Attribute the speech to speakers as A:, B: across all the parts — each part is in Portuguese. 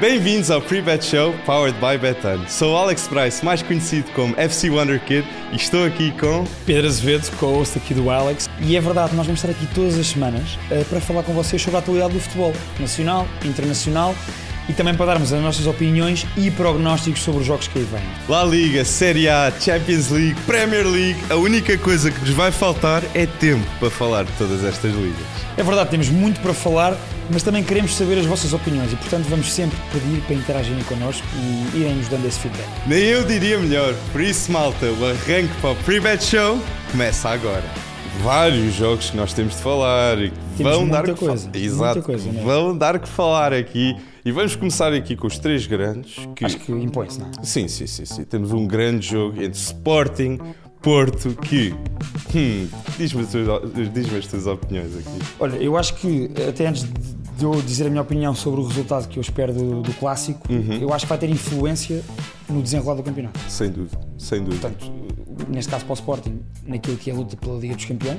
A: Bem-vindos ao Pre-Bet Show powered by Betan. Sou Alex Price, mais conhecido como FC Wonder Kid, e estou aqui com.
B: Pedro Azevedo, co-host aqui do Alex. E é verdade, nós vamos estar aqui todas as semanas eh, para falar com vocês sobre a atualidade do futebol nacional, internacional e também para darmos as nossas opiniões e prognósticos sobre os jogos que aí vêm.
A: La Liga, Série A, Champions League, Premier League. A única coisa que nos vai faltar é tempo para falar de todas estas ligas.
B: É verdade, temos muito para falar, mas também queremos saber as vossas opiniões e, portanto, vamos sempre pedir para interagirem connosco e irem nos dando esse feedback.
A: Nem eu diria melhor. Por isso, malta, o arranque para o Pre-Bet Show começa agora. Vários jogos que nós temos de falar e que
B: Temos
A: vão dar
B: muita
A: que fa-
B: coisa,
A: Exato,
B: muita coisa, não é?
A: vão dar que falar aqui. E vamos começar aqui com os três grandes. Que...
B: Acho que impõe-se, não é?
A: Sim, sim, sim, sim. Temos um grande jogo entre Sporting, Porto, que. Hum, diz-me as tuas, diz-me as tuas opiniões aqui.
B: Olha, eu acho que, até antes de de eu dizer a minha opinião sobre o resultado que eu espero do, do clássico, eu acho que vai ter influência no desenrolar do campeonato.
A: Sem dúvida, sem dúvida.
B: portanto, neste caso para o Sporting, naquilo que é a luta pela Liga dos Campeões,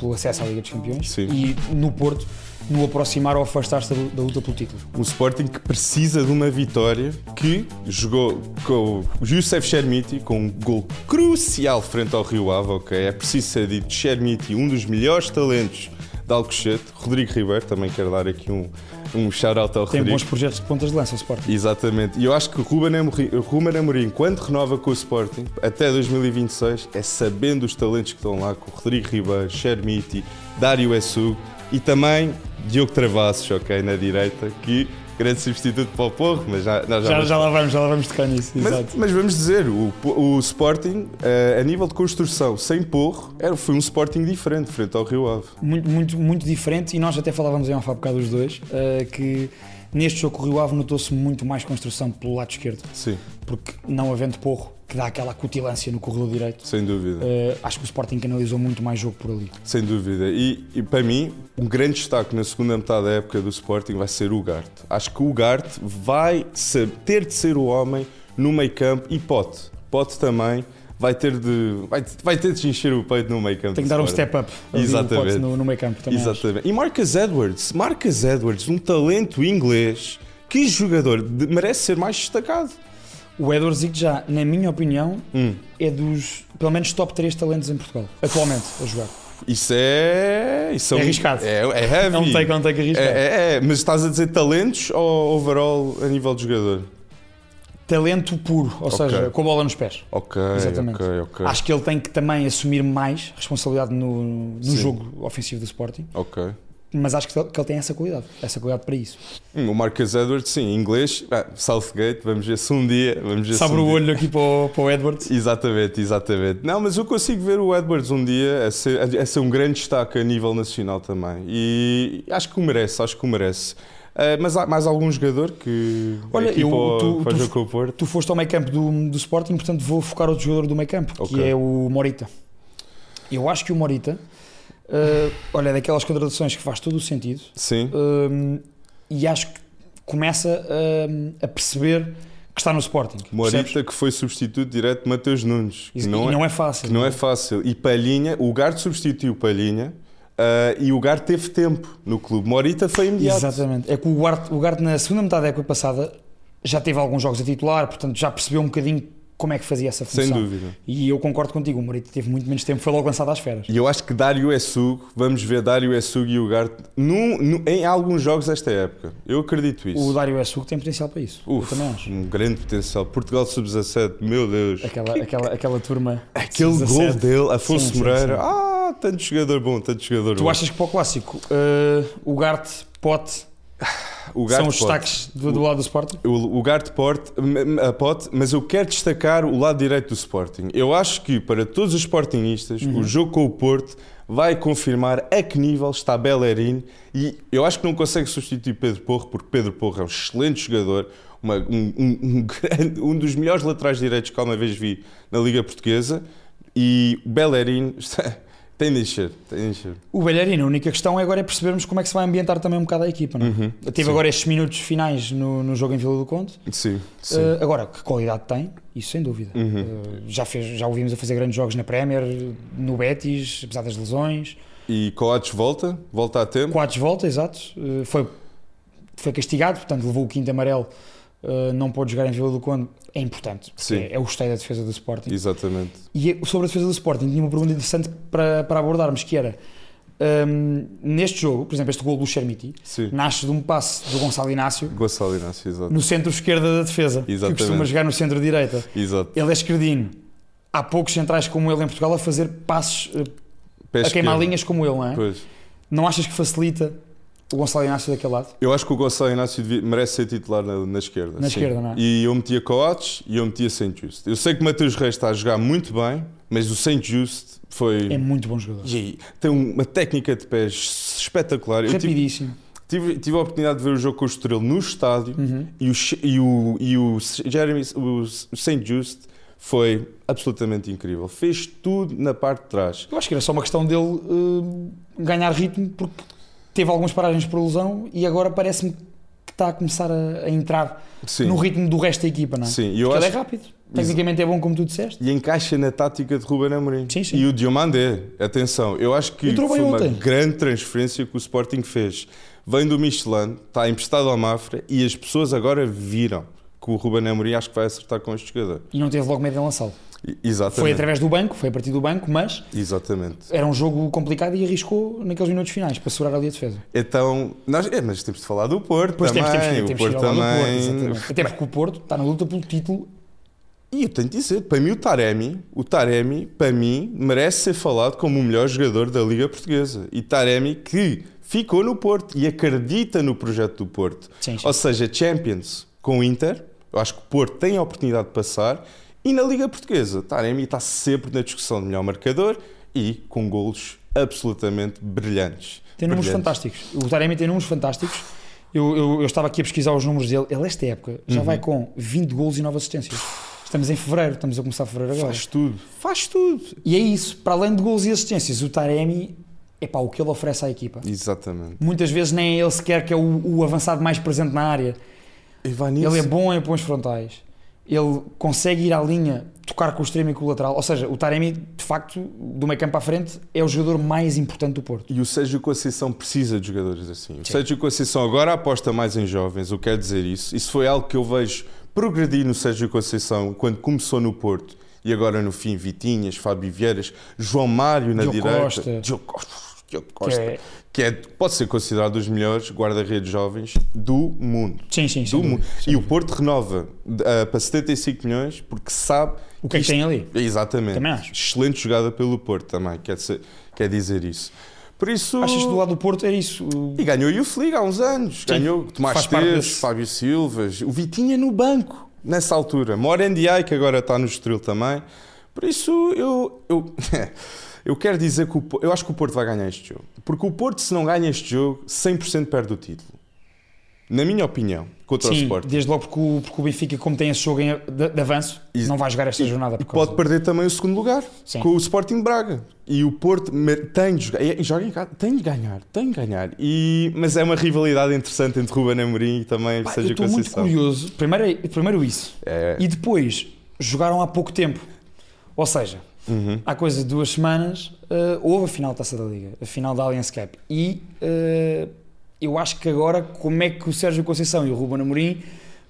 B: pelo acesso à Liga dos Campeões,
A: Sim.
B: e no Porto, no aproximar ou afastar-se da, da luta pelo título.
A: Um Sporting que precisa de uma vitória que jogou com o Youssef Chermiti com um gol crucial frente ao Rio Ave, ok? É preciso ser dito Chermiti, um dos melhores talentos de Alcochete. Rodrigo Ribeiro, também quero dar aqui um, um shout-out ao
B: Tem
A: Rodrigo.
B: bons projetos de pontas de lança o Sporting.
A: Exatamente. E eu acho que o Ruben Amorim, o Ruben Amorim, quando renova com o Sporting, até 2026, é sabendo os talentos que estão lá, com o Rodrigo Ribeiro, Chermiti, Dário Essug e também Diogo Travassos, ok, na direita, que grande substituto para o Porro, mas já, nós já
B: Já,
A: vamos
B: já lá vamos, já lá vamos tocar nisso,
A: mas,
B: exato.
A: mas vamos dizer, o, o Sporting, eh, a nível de construção, sem porro, era, foi um Sporting diferente frente ao Rio Ave.
B: Muito, muito, muito diferente, e nós até falávamos em off há bocado os dois, eh, que neste jogo o Rio Ave notou-se muito mais construção pelo lado esquerdo,
A: Sim,
B: porque não havendo porro, que dá aquela cutilância no corredor direito,
A: sem dúvida.
B: eh, acho que o Sporting canalizou muito mais jogo por ali.
A: Sem dúvida. E, e para mim, um grande destaque na segunda metade da época do Sporting vai ser o Garte. Acho que o Garte vai ser- ter de ser o homem no meio campo e Pote. Pote também vai ter de, vai, vai ter de encher o peito no meio campo.
B: Tem
A: do
B: que dar um
A: Sporting.
B: step up ali no,
A: Exatamente.
B: pote, no, no meio campo também. acho.
A: Exatamente. E Marcus Edwards, Marcus Edwards, um talento inglês, que jogador de- merece ser mais destacado.
B: O Edwards Zico já, na minha opinião,
A: Hum.
B: é dos, pelo menos, top 3 talentos em Portugal, atualmente, a jogar.
A: Isso é. Isso
B: É
A: um-
B: arriscado.
A: É, é heavy.
B: É um take, é um take arriscado.
A: É, é, é. mas estás a dizer talentos ou overall a nível de jogador?
B: Talento puro, ou seja, com a bola nos pés.
A: Ok,
B: Exatamente.
A: ok, ok.
B: Acho que ele tem que também assumir mais responsabilidade no, no
A: Sim.
B: jogo ofensivo do Sporting,
A: Ok.
B: mas acho que ele, que ele tem essa qualidade, essa qualidade para isso.
A: Hum, o Marcus Edwards, sim, inglês. Ah, Southgate, vamos ver se um dia. Vamos ver se
B: Sabe
A: um
B: o
A: dia-
B: olho aqui para o, para o Edwards.
A: Exatamente, exatamente. Não, mas eu consigo ver o Edwards um dia a ser, a ser um grande destaque a nível nacional também. E acho que o merece, acho que o merece. Ah, mas há mais algum jogador que
B: Olha,
A: aqui
B: eu-
A: para, o-
B: tu-
A: para
B: tu-
A: jogo com o Porto?
B: Tu foste ao meio campo do, do Sporting, portanto vou focar outro jogador do meio campo,
A: Ok.
B: que é o Morita. Eu acho que o Morita, eh, olha, é daquelas contratações que faz todo o sentido,
A: Sim,
B: Hum, e acho que começa hum, a perceber que está no Sporting. percebes?
A: Morita que foi substituto direto de Mateus Nunes. que
B: E não, é, fácil.
A: Que não é fácil. E Palhinha, o Garde substituiu Palhinha ah, e o Garde teve tempo no clube. Morita foi imediato.
B: Exatamente. É que o Guard, o Guard na segunda metade da época passada já teve alguns jogos a titular, portanto já percebeu um bocadinho como é que fazia essa função.
A: Sem dúvida.
B: E eu concordo contigo, o Morita teve muito menos tempo, foi logo lançado às feras.
A: E eu acho que Dário Essug, vamos ver Dário Essug e o Garde num- num- em alguns jogos desta época. Eu acredito isso.
B: O Dário Essugo tem potencial para isso.
A: Uf,
B: Eu também acho.
A: um grande potencial. Portugal sub-17, meu Deus.
B: Aquela, aquela, aquela turma.
A: Aquele gol
B: 17.
A: dele, Afonso
B: Sim, sim,
A: Moreira.
B: sim.
A: Ah, tanto jogador bom, tanto jogador
B: Tu
A: bom.
B: achas que para o clássico eh, o Garte, Pote,
A: o
B: são
A: Garde
B: os
A: pode.
B: destaques do, do lado do Sporting?
A: O, o Garde Porte, m- a Pote, mas eu quero destacar o lado direito do Sporting. Eu acho que para todos os Sportingistas, o jogo com o Porto vai confirmar a que nível está Bellerin e eu acho que não consegue substituir Pedro Porro, porque Pedro Porro é um excelente jogador, uma- um, um- um grande- um dos melhores laterais direitos que alguma vez vi na Liga Portuguesa e o Bellerin está- tem de encher, tem de encher.
B: O Belharino, a única questão é agora é percebermos como é que se vai ambientar também um bocado a equipa. Não? é? Teve agora estes minutos finais no, no jogo em Vila do Conde.
A: Sim, sim. Uhum.
B: Eh, agora, que qualidade tem? Isso sem dúvida. Eh, já, fez, já o vimos a fazer grandes jogos na Premier, no Betis, apesar das lesões.
A: E Coates volta, volta a tempo.
B: Quatro volta, exato. Eh, foi foi castigado, portanto levou o quinto amarelo, eh, não pode jogar em Vila do Conde, é importante. porque
A: Sim.
B: É, é o gostei da defesa do Sporting.
A: Exatamente.
B: E eu, sobre a defesa do Sporting, tinha uma pergunta interessante para, para abordarmos, que era, hum, neste jogo, por exemplo, este gol do Chermiti,
A: Sim.
B: nasce de um passe do Gonçalo Inácio,
A: Gonçalo Inácio, exato.
B: no centro-esquerda da defesa,
A: Exatamente.
B: que costuma jogar no centro-direita.
A: Exato.
B: Ele é esquerdino. Há poucos centrais como ele em Portugal a fazer passos, eh,
A: Pé
B: a queimar
A: É esquerdo.
B: linhas como ele, não é?
A: Pois.
B: Não achas que facilita o Gonçalo Inácio daquele lado?
A: Eu acho que o Gonçalo Inácio devia- merece ser titular na, na esquerda.
B: Na esquerda, não é?
A: E eu metia Coates e eu metia Saint Just. Eu sei que o Mateus Reis está a jogar muito bem, mas o Saint Just foi.
B: É muito bom jogador.
A: E aí, tem um, uma técnica de pés espetacular. Eu tive,
B: Rapidíssimo.
A: tive, tive a oportunidade de ver o jogo com o Estoril no estádio
B: Uhum.
A: e o, Che- e o, e o Jeremy, o Saint Just foi absolutamente incrível. Fez tudo na parte de trás.
B: Eu acho que era só uma questão dele eh, ganhar ritmo, porque teve algumas paragens por lesão e agora parece-me que está a começar a, a entrar
A: Sim.
B: no ritmo do resto da equipa, não é?
A: Sim, e eu
B: Porque
A: acho
B: ele é rápido. Tecnicamente é bom, como tu disseste.
A: e encaixa na tática de Ruben Amorim.
B: Sim, sim.
A: E o Diomandé, atenção, eu acho que
B: Entrou
A: foi
B: bem
A: uma
B: ontem.
A: grande transferência que o Sporting fez. Vem do Michelin, está emprestado ao Mafra e as pessoas agora viram que o Ruben Amorim acho que vai acertar com este jogador.
B: E não teve logo medo em lançá-lo.
A: E-
B: Foi
A: Exatamente.
B: através do banco, foi a partir do banco, mas
A: Exatamente.
B: era um jogo complicado e arriscou naqueles minutos finais para segurar ali a defesa.
A: Então, nós, é, mas temos de falar do Porto
B: Depois
A: também.
B: temos, temos, que-
A: o
B: temos que
A: Porto
B: ir ao lado do Porto,
A: também.
B: exatamente. Até porque o Porto está na luta pelo título.
A: E eu tenho de dizer, para mim o Taremi, o Taremi, para mim, merece ser falado como o melhor jogador da Liga Portuguesa. E Taremi que ficou no Porto e acredita no projeto do Porto.
B: Sim, sim.
A: Ou seja, Champions com o Inter, eu acho que o Porto tem a oportunidade de passar. E na Liga Portuguesa, Taremi está sempre na discussão de melhor marcador e com golos absolutamente brilhantes.
B: Tem números
A: Brilhantes.
B: fantásticos. O Taremi tem números fantásticos. Eu, eu- eu estava aqui a pesquisar os números dele. Ele, esta época, já
A: Uhum.
B: vai com 20 golos e 9 assistências. Estamos em fevereiro, estamos a começar fevereiro agora.
A: Faz tudo. Faz tudo.
B: E é isso. Para além de golos e assistências, o Taremi é pá, o que ele oferece à equipa.
A: Exatamente.
B: Muitas vezes nem é ele sequer que é o, o avançado mais presente na área.
A: E vai nisso.
B: Ele é bom em pões frontais. Ele consegue ir à linha, tocar com o extremo e com o lateral. Ou seja, o Taremi, de facto, do meio campo para a frente, é o jogador mais importante do Porto.
A: E o Sérgio Conceição precisa de jogadores assim. O Sérgio Conceição agora aposta mais em jovens, eu quero dizer isso. Isso foi algo que eu vejo progredir no Sérgio Conceição quando começou no Porto e agora no fim Vitinhas, Fábio Vieiras, João Mário na
B: Diogo
A: direita,
B: Costa.
A: Diogo Costa, Diogo Costa,
B: é-
A: que é- pode ser considerado os melhores guarda-redes jovens do mundo.
B: Sim, sim,
A: Do
B: sim.
A: mundo. E o Porto renova ah, para 75 milhões porque sabe
B: O que é que
A: isto-
B: tem ali?
A: Exatamente.
B: Também acho.
A: Excelente jogada pelo Porto também, quer, ser- quer dizer isso. Por isso.
B: Achas que do lado do Porto era isso? O-
A: E ganhou a Youth League há uns anos. ganhou Tomás
B: faz parte
A: Teves,
B: desse-
A: Fábio Silvas, o Vitinha no banco, nessa altura. Morendiai, que agora está no Estoril também. Por isso, eu, eu, eu quero dizer que o, Po- eu acho que o Porto vai ganhar este jogo. Porque o Porto, se não ganha este jogo, 100% perde o título. Na minha opinião, contra o
B: Sim,
A: Sporting.
B: desde logo porque o, porque o Benfica, como tem esse jogo em, de, de avanço,
A: E-
B: não vai jogar esta jornada.
A: E
B: por causa
A: pode perder também o segundo lugar
B: Sim.
A: com o Sporting de Braga. E o Porto me- tem de jogar, e e joga em casa, tem de ganhar, tem de ganhar. E, mas é uma rivalidade interessante entre Ruben Amorim e também
B: Pá, eu
A: Sérgio
B: estou muito
A: Conceição.
B: curioso. Primeiro, é- primeiro isso.
A: É.
B: E depois, jogaram há pouco tempo. Ou seja,
A: Uhum.
B: há coisa de duas semanas, eh, houve a final da Taça da Liga, a final da Allianz Cup. E eh, eu acho que agora, como é que o Sérgio Conceição e o Ruben Amorim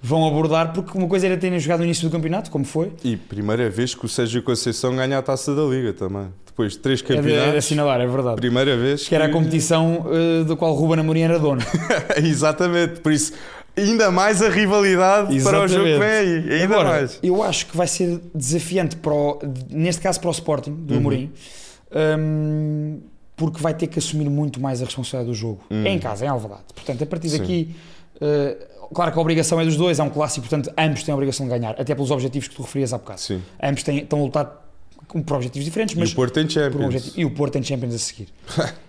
B: vão abordar, porque uma coisa era terem jogado no início do campeonato, como foi,
A: E primeira vez que o Sérgio Conceição ganha a taça da Liga também. Depois de três
B: é de, é de
A: campeonatos,
B: assinalar, é verdade.
A: primeira vez.
B: Que era a competição eh, da qual o Ruben Amorim era dono.
A: Exatamente, por isso, ainda mais a rivalidade para o jogo que vem aí. Ainda
B: Agora,
A: mais.
B: eu acho que vai ser desafiante, para o- neste caso para o Sporting,
A: Uhum.
B: do Amorim, hum, porque vai ter que assumir muito mais a responsabilidade do jogo. É em casa, é em Alvalade. Portanto, a partir
A: Uhum. Sim.
B: daqui, eh, claro que a obrigação é dos dois, é um clássico, portanto, ambos têm a obrigação de ganhar, até pelos objetivos que tu referias há bocado.
A: Sim.
B: Ambos têm, estão a lutar com- por objetivos diferentes,
A: E
B: mas
A: o Porto tem
B: por um
A: Champions.
B: objetivo. E o Porto tem Champions a seguir.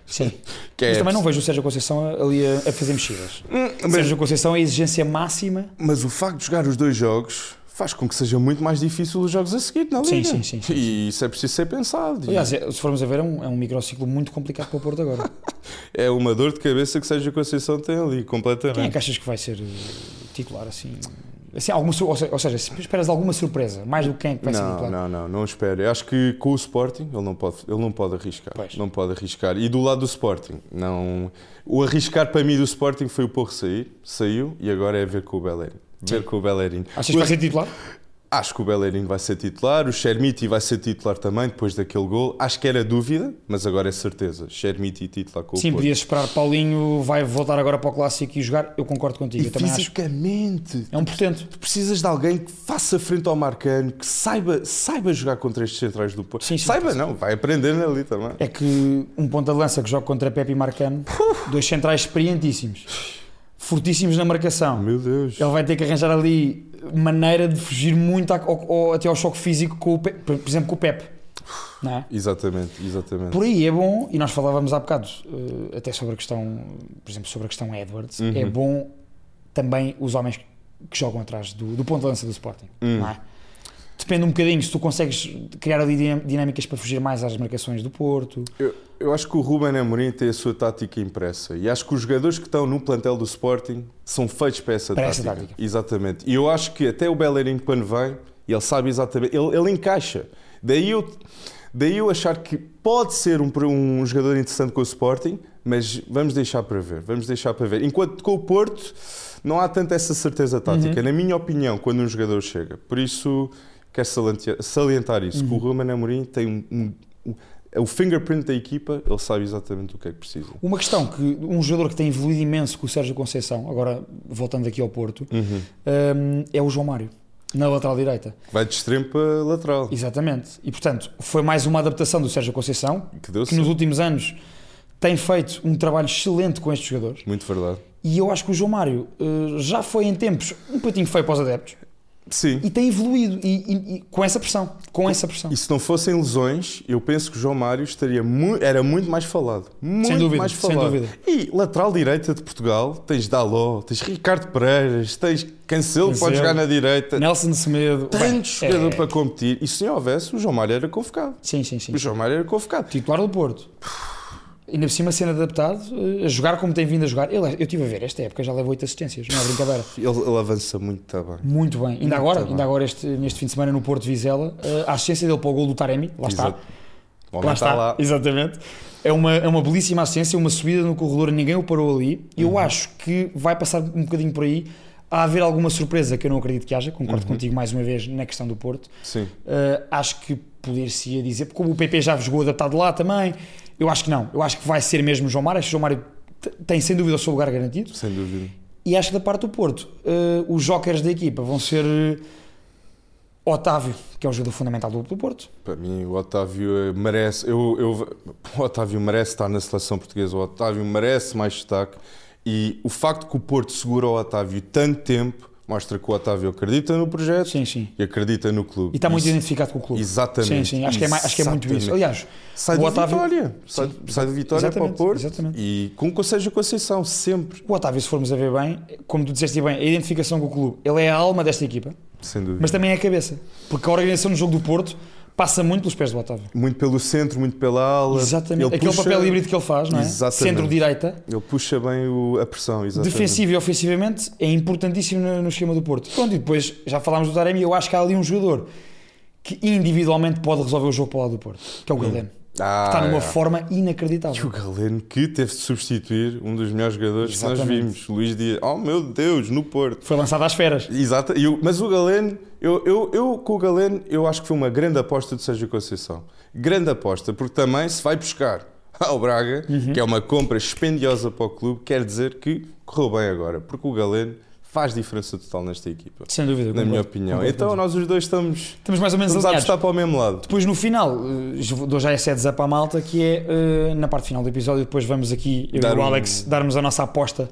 B: Sim.
A: que é-
B: Mas também não vejo o Sérgio Conceição ali a, a fazer mexidas.
A: Hum, mas-
B: Sérgio Conceição é a exigência máxima
A: Mas o facto de jogar os dois jogos faz com que seja muito mais difícil os jogos a seguir na
B: Sim,
A: Liga.
B: sim, sim, sim,
A: E isso é preciso ser pensado. E
B: Aliás, é- se formos a ver, é um, é um microciclo muito complicado para o Porto agora.
A: É uma dor de cabeça que Sérgio Conceição tem ali,
B: Quem é
A: completamente.
B: que achas que vai ser eh, titular assim? Assim, alguma, sur- ou se- ou seja, se esperas alguma surpresa, mais do que quem é que vai ser
A: Não,
B: titular.
A: não, não, não espero. Eu acho que com o Sporting ele não pode, ele não pode arriscar.
B: Pois.
A: Não pode arriscar. E do lado do Sporting, não. O arriscar para mim do Sporting foi o Porro sair, saiu e agora é ver com o Bellerin. Ver com o Bellerin.
B: Achas que vai ser titular?
A: Acho que o Bellerin vai ser titular, o Chermiti vai ser titular também depois daquele gol. Acho que era dúvida, mas agora é certeza. Chermiti titular com
B: Sim,
A: o Porto.
B: podias esperar Paulinho vai voltar agora para o clássico e jogar. Eu concordo contigo,
A: E
B: eu também acho.
A: fisicamente,
B: É um portento.
A: tu precisas de alguém que faça frente ao Marcano, que saiba, saiba jogar contra estes centrais do Porto.
B: Sim, sim.
A: saiba não, vai aprendendo ali também.
B: É que um ponta de lança que joga contra Pepe e Marcano, dois centrais experientíssimos, fortíssimos na marcação.
A: Meu Deus.
B: Ele vai ter que arranjar ali maneira de fugir muito à- ao- ao- até ao choque físico com o Pe- por exemplo, com o Pepe. Não é?
A: Exatamente, exatamente.
B: Por aí é bom, e nós falávamos há bocado eh, até sobre a questão, por exemplo, sobre a questão Edwards, é bom também os homens que jogam atrás do, do ponto de lança do Sporting, não é? Depende um bocadinho se tu consegues criar ali dinam- dinâmicas para fugir mais às marcações do Porto.
A: Eu, eu acho que o Ruben Amorim tem a sua tática impressa e acho que os jogadores que estão no plantel do Sporting são feitos para essa,
B: Para essa
A: tática.
B: tática.
A: Exatamente. E eu acho que até o Bellerin quando vem, ele sabe exatamente, ele, ele encaixa. Daí eu, daí eu achar que pode ser um, pro- um jogador interessante com o Sporting, mas vamos deixar para ver, vamos deixar para ver. Enquanto com o Porto não há tanta essa certeza
B: Uhum.
A: tática, na minha opinião, quando um jogador chega. Por isso quero salante- salientar isso,
B: Uhum.
A: que o Ruben Amorim tem um- um- um- é o fingerprint da equipa, ele sabe exatamente o que é que precisa.
B: Uma questão que um jogador que tem evoluído imenso com o Sérgio Conceição, agora voltando aqui ao Porto, ehm, é o João Mário, na lateral direita.
A: Vai de extremo para lateral,
B: Exatamente. E portanto, foi mais uma adaptação do Sérgio Conceição,
A: que deu
B: que nos últimos anos tem feito um trabalho excelente com estes jogadores.
A: Muito verdade.
B: E eu acho que o João Mário eh, já foi em tempos um patinho feio para os adeptos
A: Sim.
B: e tem evoluído e, e- e com essa pressão. Com essa pressão.
A: E se não fossem lesões, eu penso que o João Mário estaria mu- era muito mais falado. Muito
B: dúvida,
A: mais
B: sem
A: falado.
B: dúvida.
A: E lateral direita de Portugal, tens Daló, tens Ricardo Pereiras, tens Cancelo, que pode
B: Cancelo.
A: jogar na direita.
B: Nelson Semedo. bem,
A: Tanto é jogador
B: é-
A: para competir. E se não houvesse, o João Mário era convocado.
B: Sim, sim, sim.
A: O João Mário era convocado.
B: Titular do Porto. Ainda por cima sendo adaptado, eh, a jogar como tem vindo a jogar. Ele, é, eu estive a ver, esta época já leva 8 assistências, não é brincadeira.
A: Ele, ele avança muito tá bem.
B: Muito bem. Ainda agora,
A: tá bem.
B: ainda agora este, neste fim de semana no Porto Vizela, eh, a assistência dele para o gol do Taremi, lá está.
A: Exato. O homem
B: Lá está,
A: lá.
B: exatamente. É uma, é uma belíssima assistência, uma subida no corredor, ninguém o parou ali. Eu acho que vai passar um bocadinho por aí. Há haver alguma surpresa que eu não acredito que haja, concordo contigo mais uma vez na questão do Porto.
A: Sim.
B: Uh, acho que poder-se ia dizer, como o PP já jogou adaptado lá também, eu acho que não. Eu acho que vai ser mesmo João Mário. Acho que João Mário t- tem sem dúvida o seu lugar garantido.
A: Sem dúvida.
B: E acho que da parte do Porto, eh, os jokers da equipa vão ser eh, Otávio, que é o jogador fundamental do, do Porto.
A: Para mim, o Otávio eh, merece. Eu, eu- o Otávio merece estar na seleção portuguesa. O Otávio merece mais destaque. E o facto que o Porto segura o Otávio tanto tempo mostra que o Otávio acredita no projeto
B: Sim, sim.
A: e acredita no clube.
B: E está muito
A: Isso-
B: identificado com o clube. Sim,
A: Exatamente.
B: sim. Acho que, é, mais- acho que é muito isso.
A: Exatamente.
B: Aliás,
A: Sai
B: o
A: de
B: Otávio-
A: vitória. Sai, sai de vitória para o
B: exatamente,
A: Porto.
B: exatamente.
A: E com o Conselho Conceição, sempre.
B: o Otávio, se formos a ver bem, como tu disseste bem, a identificação com o clube, ele é a alma desta equipa,
A: Sem dúvida.
B: mas também é a cabeça. Porque a organização do jogo do Porto passa muito pelos pés do Otávio.
A: Muito pelo centro, muito pela ala.
B: Exatamente.
A: Ele
B: Aquele
A: puxa-
B: papel híbrido que ele faz, não é?
A: Exatamente.
B: Centro-direita,
A: Ele puxa bem o- a pressão, exatamente.
B: defensivo e ofensivamente, é importantíssimo no, no esquema do Porto. Pronto, e depois já falámos do Taremi, eu acho que há ali um jogador que individualmente pode resolver o jogo para o lado do Porto, que é o Galeno.
A: Ah,
B: Está tá numa
A: é.
B: forma
A: E o
B: inacreditável.
A: Galeno que teve de substituir um dos melhores jogadores que
B: Exatamente.
A: nós vimos, Luís Dias. Oh meu Deus, no Porto.
B: Foi lançado às feras.
A: Exato. E o- mas o Galeno, eu, eu, eu com o Galeno, eu acho que foi uma grande aposta de Sérgio Conceição. Grande aposta, porque também se vai buscar ao Braga,
B: Uhum.
A: que é uma compra expendiosa para o clube, quer dizer que correu bem agora, porque o Galeno faz diferença total nesta equipa,
B: Sem dúvida.
A: na
B: concordo.
A: minha opinião.
B: Concordo
A: Então
B: contigo.
A: nós os dois estamos,
B: Estamos mais ou menos
A: estamos a
B: alinhados.
A: apostar para o mesmo lado.
B: Depois no final, eh, dou já esse heads up à malta, que é eh, na parte final do episódio, depois vamos aqui, eu
A: Dar
B: e o
A: um-
B: Alex, darmos a nossa aposta,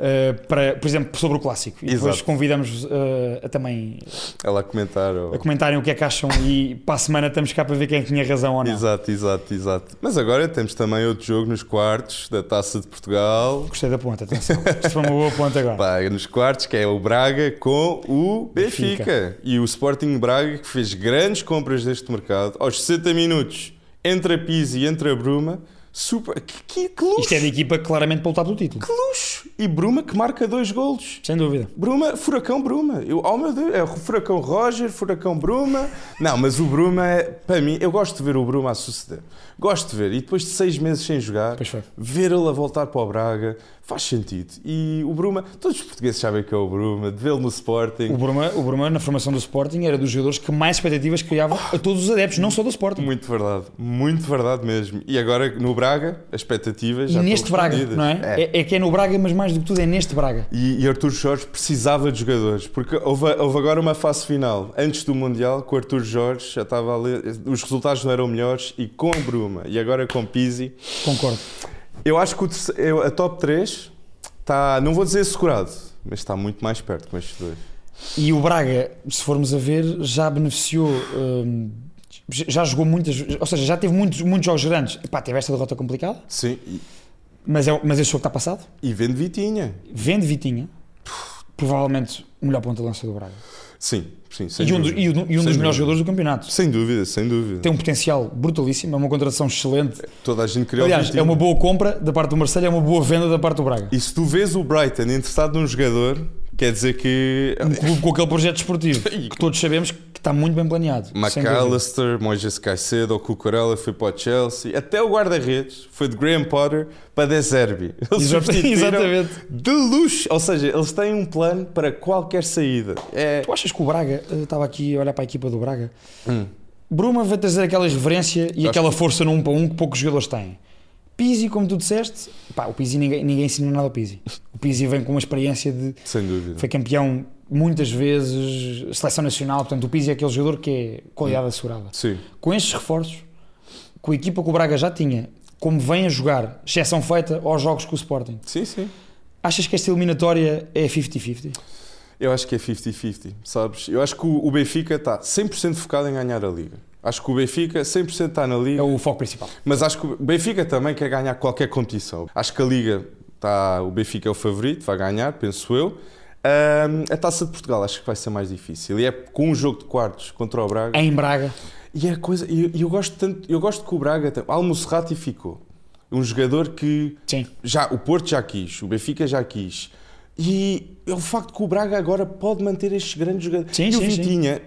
B: eh, para, por exemplo, sobre o clássico. E depois
A: Exato.
B: convidamos eh, a também
A: Ela a É comentar. ou-
B: a comentarem o que é que acham e para a semana estamos cá para ver quem tinha razão ou não.
A: Exato, exato, exato. Mas agora temos também outro jogo nos quartos da Taça de Portugal.
B: Gostei da ponta, atenção. Isto foi uma boa ponta agora.
A: Pá, nos quartos, que é o Braga com o Benfica. E o Sporting Braga, que fez grandes compras deste mercado, aos 60 minutos, entre a Pisa e entre a Bruma. Super... Que, que, que luxo!
B: é Isto é de equipa claramente para lutar pelo título.
A: Que luxo! E Bruma que marca dois golos.
B: Sem dúvida.
A: Bruma, Furacão Bruma. Eu, oh meu Deus, é o Furacão Roger, Furacão Bruma. Não, mas o Bruma é, para mim, eu gosto de ver o Bruma a suceder. Gosto de ver. E depois de seis meses sem jogar,
B: Pois foi.
A: ver ele a voltar para o Braga faz sentido. E o Bruma, todos os portugueses sabem que é o Bruma, de vê-lo no Sporting.
B: O Bruma, o Bruma, na formação do Sporting, era dos jogadores que mais expectativas criava a todos os adeptos, não só do Sporting.
A: Muito verdade, muito verdade mesmo. E agora no Braga, as expectativas já
B: E neste
A: estão
B: Braga,
A: respondidas.
B: não é? É. é que é no Braga, mas mais do que tudo é neste Braga.
A: E, e Artur Jorge precisava de jogadores, porque houve, houve agora uma fase final, antes do Mundial, com o Artur Jorge, já estava ali, os resultados não eram melhores, e com a Bruma, e agora com Pizzi.
B: Concordo.
A: Eu acho que o terce- eu- a top 3 está, não vou dizer segurado, mas está muito mais perto com estes dois.
B: E o Braga, se formos a ver, já beneficiou. hum, já jogou muitas. Ou seja, já teve muitos, muitos jogos grandes. Pá, teve esta derrota complicada,
A: Sim, e,
B: mas, é, mas este jogo está passado.
A: e vendo Vitinha.
B: Vende Vitinha, provavelmente o melhor ponta de lança do Braga.
A: Sim, sim, sem
B: E um, do-
A: dúvida.
B: e um- e
A: Sem
B: um dos melhores
A: dúvida.
B: jogadores do campeonato.
A: Sem dúvida, sem dúvida.
B: Tem um potencial brutalíssimo, é uma contratação excelente.
A: Toda a gente queria o
B: Aliás, é
A: Vitinha.
B: uma boa compra da parte do Marcelo, é uma boa venda da parte do Braga.
A: E se tu vês o Brighton interessado num jogador, quer dizer que.
B: Um clube com aquele projeto esportivo que todos sabemos que está muito bem planeado. sem dúvida.
A: McAllister, Moises Caicedo, o Cucurella foi para o Chelsea, até o guarda-redes foi de Graham Potter para De Zerbi. Eles
B: Exato-
A: substituíram
B: exatamente.
A: De luxo, ou seja, eles têm um plano para qualquer saída. É,
B: Tu achas que o Braga, eu estava aqui a olhar para a equipa do Braga, Bruma vai trazer aquela irreverência e aquela força num para um que poucos jogadores têm. Pizzi, como tu disseste, pá, o Pizzi ninguém, ninguém ensinou nada ao Pizzi. O Pizzi vem com uma experiência de
A: sem dúvida.
B: foi campeão muitas vezes, seleção nacional, portanto o Pizzi é aquele jogador que é qualidade assegurada.
A: Sim,
B: Com estes reforços, com a equipa que o Braga já tinha, como vem a jogar, exceção feita aos jogos com o Sporting,
A: sim, sim.
B: achas que esta eliminatória é 50-50?
A: Eu acho que é 50-50, sabes? Eu acho que o o Benfica está 100% focado em ganhar a Liga. Acho que o Benfica 100% está na Liga.
B: É o foco principal.
A: Mas acho que o Benfica também quer ganhar qualquer competição. Acho que a Liga está. O Benfica é o favorito, vai ganhar, penso eu. Ahm, a taça de Portugal acho que vai ser mais difícil. E é com um jogo de quartos contra o Braga.
B: Em Braga,
A: E é a coisa. E eu, eu gosto tanto. Eu gosto que o Braga. tem- Al-Musrati ficou. Um jogador que
B: sim.
A: já, o Porto já quis, o Benfica já quis. E é o facto que o Braga agora pode manter estes grandes jogadores.
B: Sim,
A: e o
B: sim, sim.
A: Vitinha,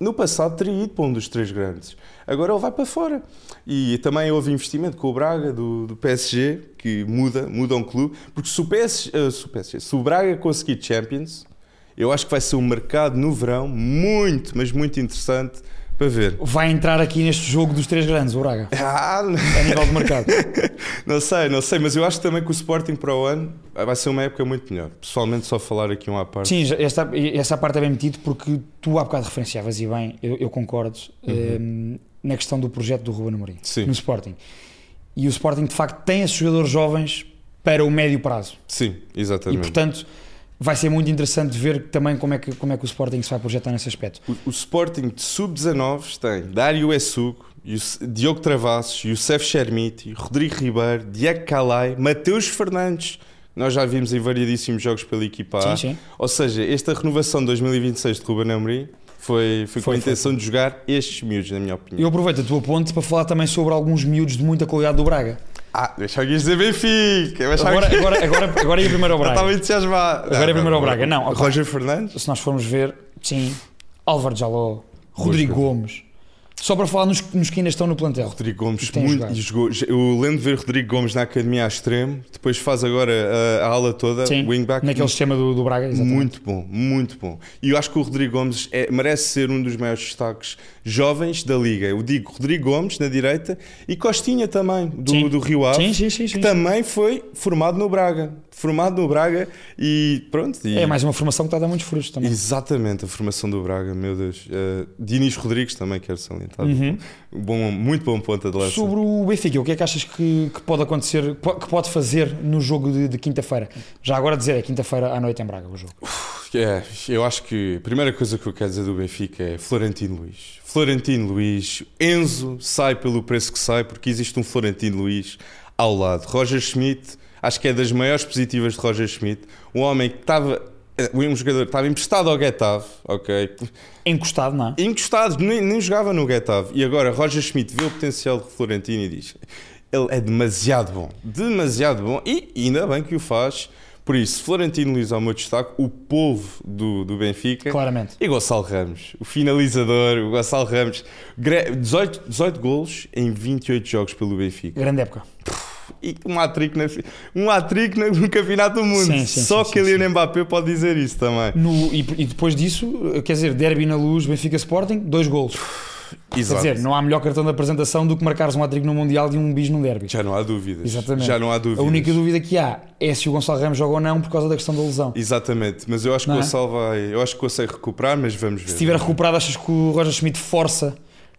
A: no passado, teria ido para um dos três grandes. Agora ele vai para fora. E também houve investimento com o Braga, do, do PSG, que muda, muda um clube. Porque se o, PS, eh, se o PSG, se o Braga conseguir Champions, eu acho que vai ser um mercado no verão muito, mas muito interessante para ver.
B: Vai entrar aqui neste jogo dos três grandes, o Braga,
A: Ah,
B: a nível de mercado.
A: Não sei, não sei, mas eu acho também que o Sporting para o ano vai ser uma época muito melhor. Pessoalmente, só falar aqui um à parte.
B: Sim, já- esta, essa parte é bem metido porque tu há bocado referenciavas e bem, eu, eu concordo, eh, na questão do projeto do Ruben Amorim
A: Uhum. Sim.
B: no Sporting. E o Sporting de facto tem esses jogadores jovens para o médio prazo.
A: Sim,
B: E
A: exatamente.
B: portanto vai ser muito interessante ver também como é que, como é que o Sporting se vai projetar nesse aspecto.
A: o, o Sporting de sub-19 tem Dário Essugo, Yus- Diogo Travassos, Youssef Chermiti, Rodrigo Ribeiro, Diego Calai, Mateus Fernandes. Nós já vimos em variedíssimos jogos pela equipa A.
B: Sim, sim.
A: Ou seja, esta renovação de 2026 de Ruben Amorim foi, foi, com
B: Foi,
A: a
B: foi.
A: intenção de jogar estes miúdos, na minha opinião.
B: Eu aproveito a tua ponte para falar também sobre alguns miúdos de muita qualidade do Braga.
A: Ah, deixa eu dizer Benfica. deixa
B: Agora,
A: eu-
B: agora, agora, agora é ia primeiro ao
A: Eu estava
B: Braga.
A: entusiasmado.
B: Agora é primeiro ao Braga. Não, opa.
A: Roger Fernandes?
B: Se nós formos ver, sim, Álvaro Jaló, Rodrigo
A: Pois,
B: Gomes, só para falar nos, nos que ainda estão no plantel.
A: Rodrigo Gomes,
B: E tem
A: muito.
B: jogado.
A: E jogou, eu lembro de ver Rodrigo Gomes na academia a extremo, depois faz agora eh, a, a ala toda,
B: Sim,
A: wingback.
B: naquele sistema do, do Braga, exatamente.
A: é Muito bom, muito bom. E eu acho que o Rodrigo Gomes é- merece ser um dos maiores destaques jovens da Liga. Eu digo Rodrigo Gomes na direita e Costinha também,
B: Sim.
A: do, do Rio Ave,
B: Sim, sim, sim,
A: que
B: sim.
A: também foi formado no Braga. Formado no Braga e pronto. e-
B: É mais uma formação que está a dar muitos frutos também.
A: Exatamente, a formação do Braga, meu Deus. Eh, Dinis Rodrigues também quero salientar. Bom, muito bom ponta de lança.
B: Sobre o Benfica, o que é que achas que, que pode acontecer, que po- que pode fazer no jogo de, de quinta-feira? Já agora dizer, é quinta-feira à noite em Braga o jogo.
A: É, eu acho que a primeira coisa que eu quero dizer do Benfica é Florentino Luís. Florentino Luís, Enzo sai pelo preço que sai, porque existe um Florentino Luís ao lado. Roger Schmidt, acho que é das maiores positivas de Roger Schmidt. Um homem que estava. eh, Um jogador que estava emprestado ao Getafe, ok?
B: Encostado, não é?
A: encostado, nem, nem jogava no Getafe. E agora Roger Schmidt vê o potencial de Florentino e diz: ele é demasiado bom, demasiado bom, e ainda bem que o faz. Por isso, Florentino Luís ao meu destaque, o povo do, do Benfica.
B: Claramente.
A: E Gonçalo Ramos, o finalizador, o Gonçalo Ramos. Gre- 18, 18 golos em 28 jogos pelo Benfica.
B: Grande época.
A: E um hat-trick na fi- um hat-trick na- no Campeonato do Mundo.
B: Sim, sim,
A: Só
B: sim,
A: que
B: sim,
A: Kylian Mbappé pode dizer isso também.
B: No- e, e depois disso, quer dizer, derby na luz, Benfica Sporting, dois golos. Quer
A: Exato.
B: dizer, não há melhor cartão de apresentação do que marcares um hat-trick no Mundial e um bis num derby.
A: Já não há dúvidas.
B: Exatamente.
A: Já não há
B: A
A: dúvidas.
B: única dúvida que há é se o Gonçalo Ramos joga ou não por causa da questão da lesão.
A: Exatamente, mas eu acho que
B: Não
A: o
B: é?
A: Gonçalo vai. Eu acho que consegue recuperar, mas vamos ver.
B: Se estiver recuperado, achas que o Roger Schmidt força,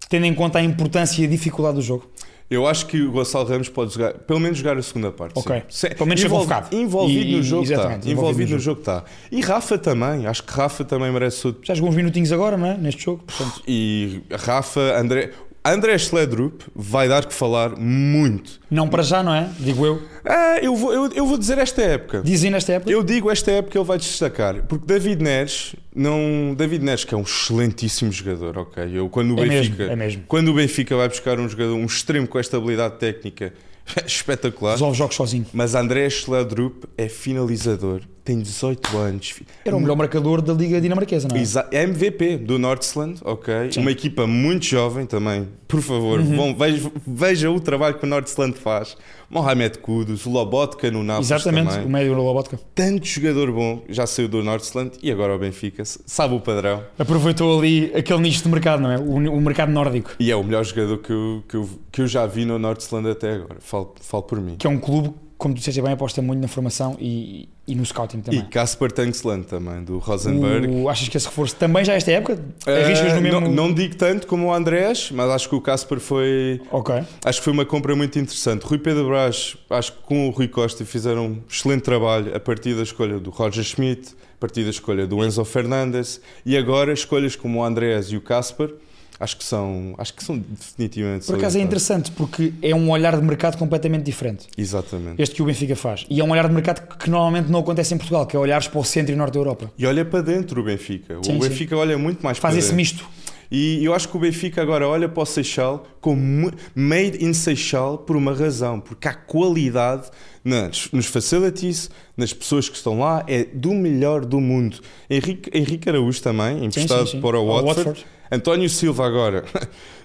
B: tendo em conta a importância e a dificuldade do jogo?
A: Eu acho que o Gonçalo Ramos pode jogar, pelo menos jogar a segunda parte.
B: Ok.
A: sim. Se-
B: Pelo menos ser
A: envol-
B: convocado.
A: Envolvido
B: E-
A: no jogo está.
B: exatamente,
A: Envolvido,
B: envolvido no
A: no jogo está. E Rafa também, acho que Rafa também merece outro.
B: Já jogou uns minutinhos agora, não é? Neste jogo, portanto.
A: E Rafa, André. André Schledrup vai dar que falar muito.
B: Não para já, não é? Digo eu.
A: Ah, eu vou, eu, eu vou dizer esta época.
B: Dizem nesta época.
A: Eu digo esta época ele vai destacar, porque David Neres, não, David Neres que é um excelentíssimo jogador, OK. Eu quando o
B: É mesmo,
A: Benfica,
B: é mesmo.
A: quando o Benfica vai buscar um jogador, um extremo com esta habilidade técnica é espetacular.
B: Resolve jogos sozinho.
A: Mas André Schladrup é finalizador, tem 18 anos. fi-
B: Era o melhor marcador da Liga Dinamarquesa, não é?
A: Exa- é MVP do Nordsland, ok?
B: Sim. Uhum.
A: Uma equipa muito jovem também. Por favor, vão, veja, veja o trabalho que o Nordsland faz. Mohamed Kudus, o Lobotka no Nápoles
B: Exatamente,
A: também.
B: o médio do Lobotka.
A: Tanto jogador bom, já saiu do Nordsland e agora o Benfica. S- Sabe o padrão.
B: Aproveitou ali aquele nicho de mercado, não é? O, o mercado nórdico.
A: E é o melhor jogador que eu, que eu, que eu já vi no Nordsland até agora. Falo, falo por mim.
B: Que é um clube, como tu disseste bem, aposta muito na formação e, e no scouting
A: E
B: também.
A: Kasper Tangsland também, do Rosenborg.
B: O- achas que esse reforço também já é esta época?
A: Eh,
B: Arriscas no mesmo.
A: não, não digo tanto como o Andrés, mas acho que o Casper foi.
B: Ok.
A: Acho que foi uma compra muito interessante. Rui Pedro Brás, acho que com o Rui Costa fizeram um excelente trabalho a partir da escolha do Roger Schmidt, a partir da escolha do Enzo Fernandes e agora escolhas como o Andrés e o Casper, acho que são, acho que são definitivamente
B: Por acaso é
A: salutares.
B: interessante porque é um olhar de mercado completamente diferente.
A: Exatamente.
B: Este que o Benfica faz. E é um olhar de mercado que, que normalmente não acontece em Portugal, que é olhares para o centro e norte da Europa.
A: E olha para dentro o Benfica.
B: Sim,
A: o
B: sim.
A: Benfica olha muito mais
B: Faz
A: para
B: esse
A: dentro.
B: misto.
A: E eu acho que o Benfica agora olha para o Seixal como mu- made in Seixal por uma razão, porque há qualidade nas, nos facilities, nas pessoas que estão lá, é do melhor do mundo. Henrique, Henrique Araújo também, emprestado
B: sim.
A: para o
B: Ao
A: Watford.
B: Watford.
A: António Silva agora.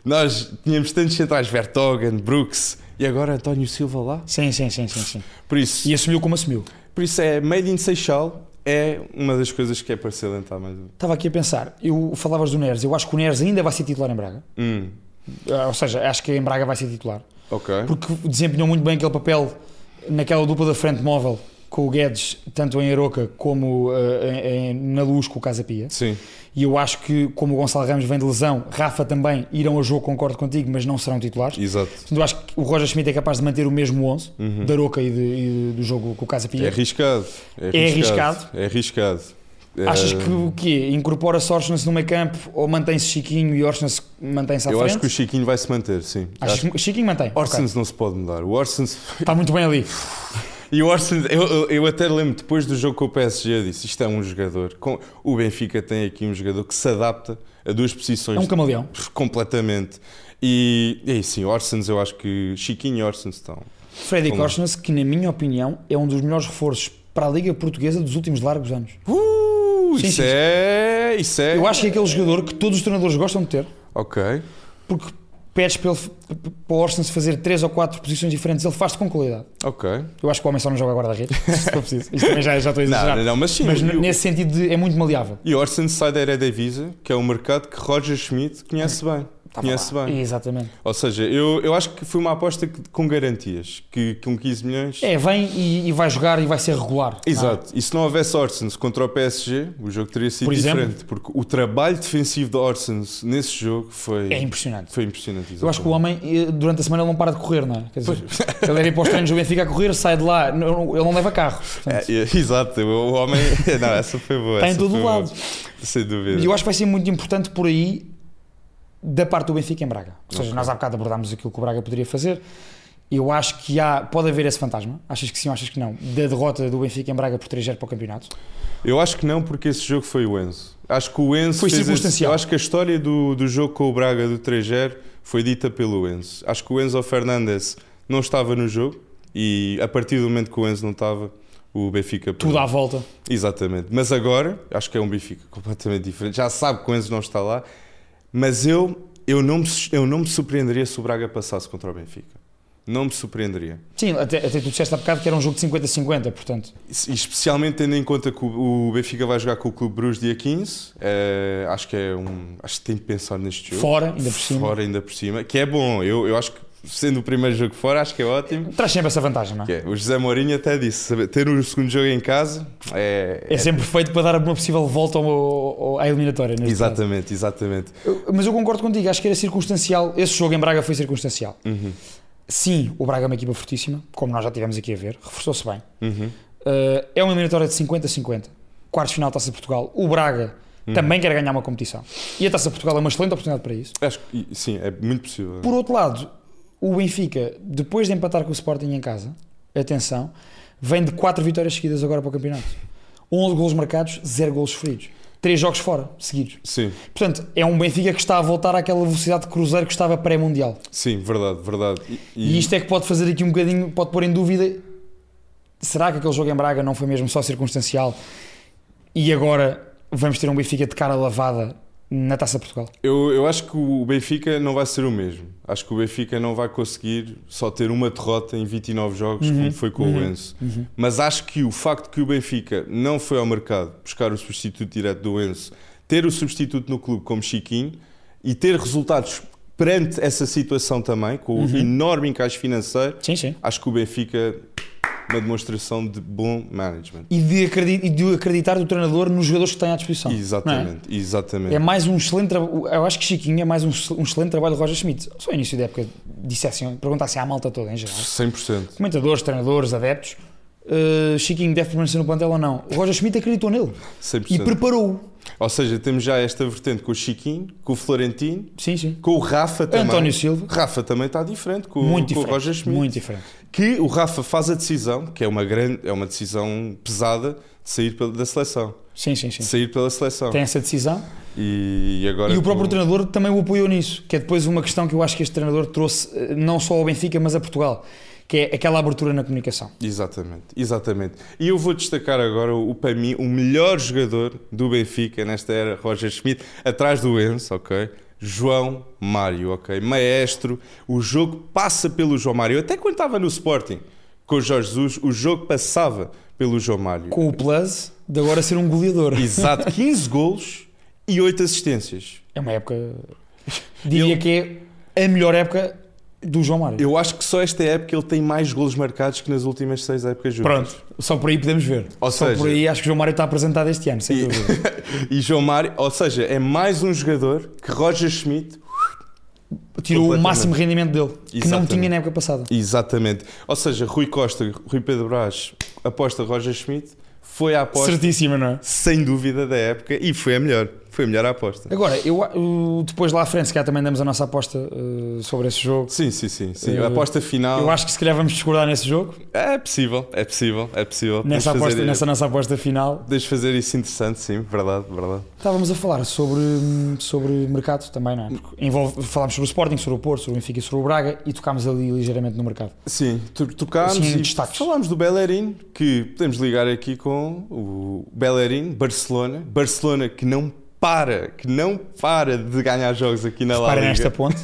A: Nós tínhamos tantos centrais, Vertogen, Brooks, e agora António Silva lá.
B: Sim, sim, sim, sim, sim.
A: Por isso,
B: E assumiu como assumiu.
A: por isso é made in Seixal, é uma das coisas que é para se alentar mais. um.
B: Estava aqui a pensar, eu falavas do Neres, eu acho que o Neres ainda vai ser titular em Braga.
A: Hum,
B: Ah, Ou seja, acho que em Braga vai ser titular.
A: ok.
B: Porque desempenhou muito bem aquele papel naquela dupla da frente móvel com o Guedes, tanto em Aroca como ah, em- em- na Luz com o Casapia.
A: Sim.
B: E eu acho que, como o Gonçalo Ramos vem de lesão, Rafa também irão a jogo, concordo contigo, mas não serão titulares.
A: Exato.
B: Portanto, eu acho que o Roger Schmidt é capaz de manter o mesmo 11 da Aroca e, de- e do jogo com o
A: Uhum. É
B: Casapia.
A: arriscado.
B: É
A: É arriscado. É,
B: Achas que o quê? Incorpora Sorsense no meio campo ou mantém-se Chiquinho e Orsens mantém-se à
A: Eu
B: frente?
A: acho que o Chiquinho vai se manter, sim.
B: Achas
A: Acho...
B: que Chiquinho mantém?
A: Orsens não se pode mudar. O Orsens...
B: Ok. Está muito bem ali.
A: E o Orsens, eu, eu- eu até lembro, depois do jogo com o PSG, eu disse, isto é um jogador... com- O Benfica tem aqui um jogador que se adapta a duas posições
B: É um camaleão.
A: completamente. E, e aí sim, Orsens, eu acho que Chiquinho e Orsens estão...
B: Freddy Korsnes, que na minha opinião é um dos melhores reforços para a Liga Portuguesa dos últimos largos anos.
A: Uh,
B: Sim,
A: isso
B: sim.
A: é... Isso é...
B: Eu acho que é aquele jogador que todos os treinadores gostam de ter,
A: Ok.
B: porque pedes para, ele, para o Orsens fazer três ou quatro posições diferentes, ele faz-te com qualidade.
A: Ok.
B: Eu acho que o homem só não joga guarda-redes, se for preciso. Isto também já, já estou a
A: Não,
B: exagerar.
A: não, não, mas sim.
B: Mas
A: o-
B: n- nesse sentido de- é muito maleável.
A: E Orson sai da Eredivisie, que é um mercado que Roger Schmidt conhece bem.
B: Estava
A: conhece
B: Tá lá.
A: bem.
B: Exatamente.
A: Ou seja, eu, eu acho que foi uma aposta que- com garantias, que com 15 milhões...
B: É, vem e, e vai jogar e vai ser regular.
A: Exato. E se não houvesse Orsens contra o PSG, o jogo teria sido
B: Por exemplo?
A: diferente. Porque o trabalho defensivo de Orsens nesse jogo foi,
B: É impressionante.
A: foi impressionante.
B: Eu acho que o homem, eh, durante a semana, ele não para de correr, não é? Quer dizer, ele era ir para os treinos do Benfica a correr, sai de lá, não- ele não leva carro. Portanto,
A: exatamente. É, é, exato. O o homem... não, essa foi boa.
B: Está Tá em
A: essa
B: todo
A: foi boa.
B: lado.
A: Sem
B: E
A: dúvida.
B: eu acho que vai ser muito importante por aí da parte do Benfica em Braga. Ou seja, nós há bocado abordámos aquilo que o Braga poderia fazer. Eu acho que há, pode haver esse fantasma. Achas que sim ou achas que não? Da derrota do Benfica em Braga por 3-0 para o campeonato.
A: Eu acho que não, porque esse jogo foi o Enzo. Acho que o Enzo
B: Foi
A: fez esse-
B: circunstancial.
A: eu acho que a história do, do jogo com o Braga do 3-0 foi dita pelo Enzo. Acho que o Enzo Fernandes não estava no jogo e a partir do momento que o Enzo não estava, o Benfica.
B: Tudo à volta.
A: Exatamente. Mas agora, acho que é um Benfica completamente diferente. Já sabe que o Enzo não está lá. Mas eu, eu, não, me, eu não me surpreenderia se o Braga passasse contra o Benfica. Não me surpreenderia.
B: Sim, até, até tu disseste há bocado que era um jogo de 50-50, portanto.
A: E especialmente tendo em conta que o o Benfica vai jogar com o Clube Bruges dia 15, eh, acho que é um. Acho que tem de pensar neste jogo.
B: Fora, ainda por cima.
A: Fora, ainda por cima. Que é bom, eu, eu acho que sendo o primeiro jogo fora, acho que é ótimo.
B: Traz sempre essa vantagem, não é?
A: Que é, o José Mourinho até disse: saber- ter o segundo jogo em casa é.
B: É sempre perfeito para dar uma possível volta ao, ao- à eliminatória, neste caso.
A: Exatamente, exatamente.
B: Eu- Mas eu concordo contigo, acho que era circunstancial. Esse jogo em Braga foi circunstancial.
A: Uhum.
B: Sim, o Braga é uma equipa fortíssima, como nós já tivemos aqui a ver, reforçou-se bem.
A: Uhum.
B: Uh, é uma eliminatória de 50-50, quartos de final Taça de Portugal. O Braga também quer ganhar uma competição e a Taça de Portugal é uma excelente oportunidade para isso.
A: Acho que sim, é muito possível.
B: Por outro lado, o Benfica, depois de empatar com o Sporting em casa, atenção, vem de 4 vitórias seguidas agora para o campeonato. 11 golos marcados, 0 golos sofridos. 3 jogos fora, seguidos.
A: Sim,
B: Portanto, é um Benfica que está a voltar àquela velocidade de cruzeiro que estava pré-mundial.
A: sim, verdade, verdade.
B: E isto é que pode fazer aqui um bocadinho, pode pôr em dúvida: será que aquele jogo em Braga não foi mesmo só circunstancial? E agora vamos ter um Benfica de cara lavada na Taça de Portugal?
A: Eu, eu acho que o Benfica não vai ser o mesmo. Acho que o Benfica não vai conseguir só ter uma derrota em 29 jogos,
B: Uhum.
A: como foi com o Enzo. Mas acho que o facto que o Benfica não foi ao mercado buscar o substituto direto do Enzo, ter o substituto no clube como Chiquinho e ter resultados perante essa situação também, com
B: Uhum.
A: o enorme encaixe financeiro,
B: Sim, sim.
A: acho que o Benfica uma demonstração de bom management.
B: E de, acredi- e de acreditar do treinador nos jogadores que tem à disposição. não é?
A: Exatamente, exatamente.
B: É mais um excelente trabalho. Eu acho que Chiquinho é mais um, excel- um excelente trabalho de Roger Schmidt. Só no início da época dissessem, perguntassem à malta toda em geral.
A: 100%.
B: comentadores, treinadores, adeptos, uh, Chiquinho deve permanecer no plantel ou não. O Roger Schmidt acreditou nele
A: 100%.
B: e preparou-o.
A: Ou seja, temos já esta vertente com o Chiquinho, com o Florentino,
B: Sim, sim.
A: com o Rafa também.
B: António Silva.
A: Rafa também está diferente com,
B: Muito
A: com o
B: diferente.
A: Roger Schmidt.
B: Muito diferente.
A: Que o Rafa faz a decisão, que é uma grande, é uma decisão pesada, de sair pela- da seleção.
B: Sim, sim,
A: De
B: sim.
A: sair pela seleção.
B: Tem essa decisão
A: E, agora
B: e o
A: com-
B: próprio treinador também o apoiou nisso, que é depois uma questão que eu acho que este treinador trouxe uh, não só ao Benfica, mas a Portugal, que é aquela abertura na comunicação.
A: Exatamente, exatamente. E eu vou destacar agora o para mim o melhor jogador do Benfica nesta era Roger Schmidt, atrás do Enzo, ok? João Mário, ok? Maestro, o jogo passa pelo João Mário. Até quando estava no Sporting com o Jorge Jesus, o jogo passava pelo João Mário.
B: Com o plus de agora ser um goleador.
A: Exato, 15 golos e 8 assistências.
B: É uma época, diria que é a melhor época do João Mário.
A: Eu acho que só esta época ele tem mais golos marcados que nas últimas 6 épocas juntas.
B: Pronto, só por aí podemos ver.
A: Ou
B: só
A: seja-
B: por aí acho que o João Mário está apresentado este ano, sem dúvida.
A: E João Mário, ou seja, é mais um jogador que Roger Schmidt
B: tirou o
A: Completamente.
B: máximo rendimento dele, que não
A: Exatamente.
B: tinha na época passada.
A: Exatamente. Ou seja, Rui Costa, Rui Pedro Brás, aposta Roger Schmidt, foi a aposta
B: Certíssima, não é?
A: sem dúvida da época e foi a melhor. Foi a melhor aposta.
B: Agora, eu, eu- depois lá à frente, se calhar também damos a nossa aposta eh, sobre esse jogo.
A: Sim, sim, sim. sim.
B: Eh,
A: a aposta final.
B: Eu acho que se calhar vamos discordar nesse jogo,
A: É possível, é possível, é possível. Podemos
B: nessa, aposta,
A: fazer,
B: nessa nossa aposta final.
A: podemos fazer isso interessante, sim, verdade, verdade.
B: Estávamos a falar sobre, hum, sobre mercado também, não é? Porque envolve, falámos sobre o Sporting, sobre o Porto, sobre o Benfica e sobre o Braga e tocámos ali ligeiramente no mercado.
A: Sim, to- tocámos
B: Sim,
A: e
B: destaques.
A: falámos do Bellerin, que podemos ligar aqui com o Bellerin, Barcelona. Barcelona que não para, que não para de ganhar jogos aqui na La
B: Para
A: Liga.
B: nesta ponte.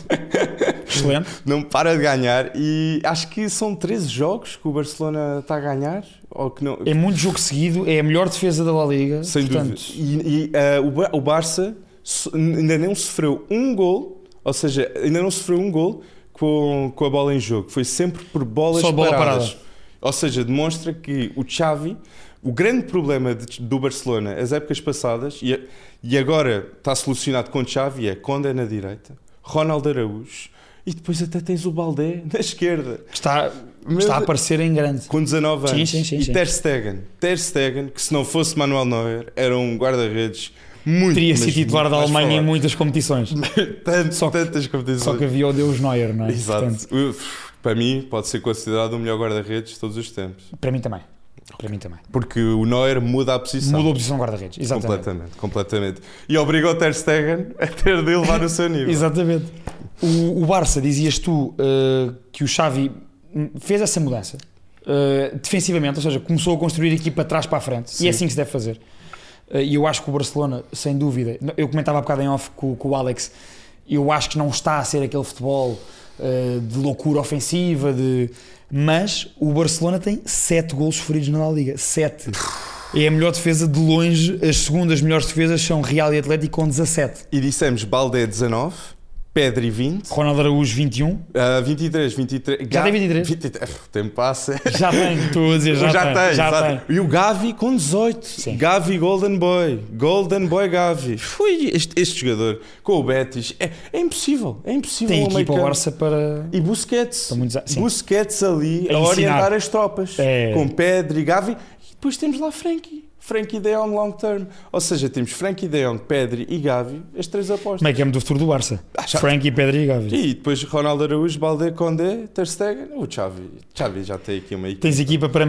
B: Excelente.
A: não para de ganhar e acho que são 13 jogos que o Barcelona está a ganhar ou que não
B: É muito jogo seguido, é a melhor defesa da La Liga.
A: sem
B: portanto,
A: dúvida e, e, ah, o, Ba- o Barça so- ainda não sofreu um gol ou seja ainda não sofreu um gol com, com a bola em jogo foi sempre por bolas
B: Só bola
A: paradas
B: parada.
A: ou seja demonstra que o Xavi o grande problema de- do Barcelona as épocas passadas e, a- e agora está solucionado com Xavi é Conde na direita Ronaldo Araújo e depois até tens o Baldé na esquerda
B: Está,
A: Meu
B: está a
A: Deus.
B: aparecer em grande.
A: com 19
B: Sim,
A: anos.
B: sim, sim,
A: e
B: sim.
A: Ter Stegen. Ter Stegen, que se não fosse Manuel Neuer, era um guarda-redes muito...
B: Teria
A: mas
B: sido titular da
A: muito mais
B: Alemanha em
A: falar.
B: muitas competições.
A: Tanto-
B: Só que-
A: tantas competições.
B: Só que havia o Deus Neuer, não é?
A: Exato.
B: Portanto,
A: Uf, para mim, pode ser considerado o melhor guarda-redes de todos os tempos.
B: para mim também. Para mim também.
A: Porque o Neuer muda a posição.
B: Mudou a posição de guarda-redes. Exatamente.
A: Completamente, completamente. E obrigou o Ter Stegen a ter de elevar o seu nível.
B: Exatamente. O, o Barça, dizias tu, eh, que o Xavi hum, fez essa mudança. eh, eh, defensivamente, ou seja, começou a construir a equipa de trás para a frente. E
A: Sim.
B: é assim que se deve fazer. Eh, E eu acho que o Barcelona, sem dúvida, eu comentava há bocado em off com, com o Alex, eu acho que não está a ser aquele futebol eh, de loucura ofensiva, de... mas o Barcelona tem 7 golos sofridos na La Liga. 7. É a melhor defesa de longe, as segundas melhores defesas são Real e Atlético com 17.
A: E dissemos Balde é 19, Pedri 20,
B: Ronaldo Araújo 21,
A: ah, 23, 23.
B: Já tem 23?
A: 23. O tempo passa.
B: já tem, estou a dizer, já, tem, já tem.
A: exato. E o Gavi com 18.
B: Sim.
A: Gavi Golden Boy. Golden Boy Gavi. Foi este, este jogador com o Betis. É, é impossível. É impossível.
B: Tem
A: um meio
B: equipa o
A: campo.
B: Barça para...
A: E Busquets.
B: muito za- sim.
A: Busquets ali
B: A
A: a,
B: ensinar.
A: orientar as tropas.
B: É.
A: Com Pedri, Gavi. E depois temos lá Frankie. Frankie de Jong long term. Ou seja, temos Frankie de Jong, Pedri e Gavi, as três apostas.
B: Como é que é do futuro do Barça?
A: já-
B: Frankie, Pedri e Gavi.
A: E depois Ronaldo Araújo, Balde, Condé, Ter Stegen, o Xavi. Xavi já tem aqui uma equipe.
B: Tens equipa para,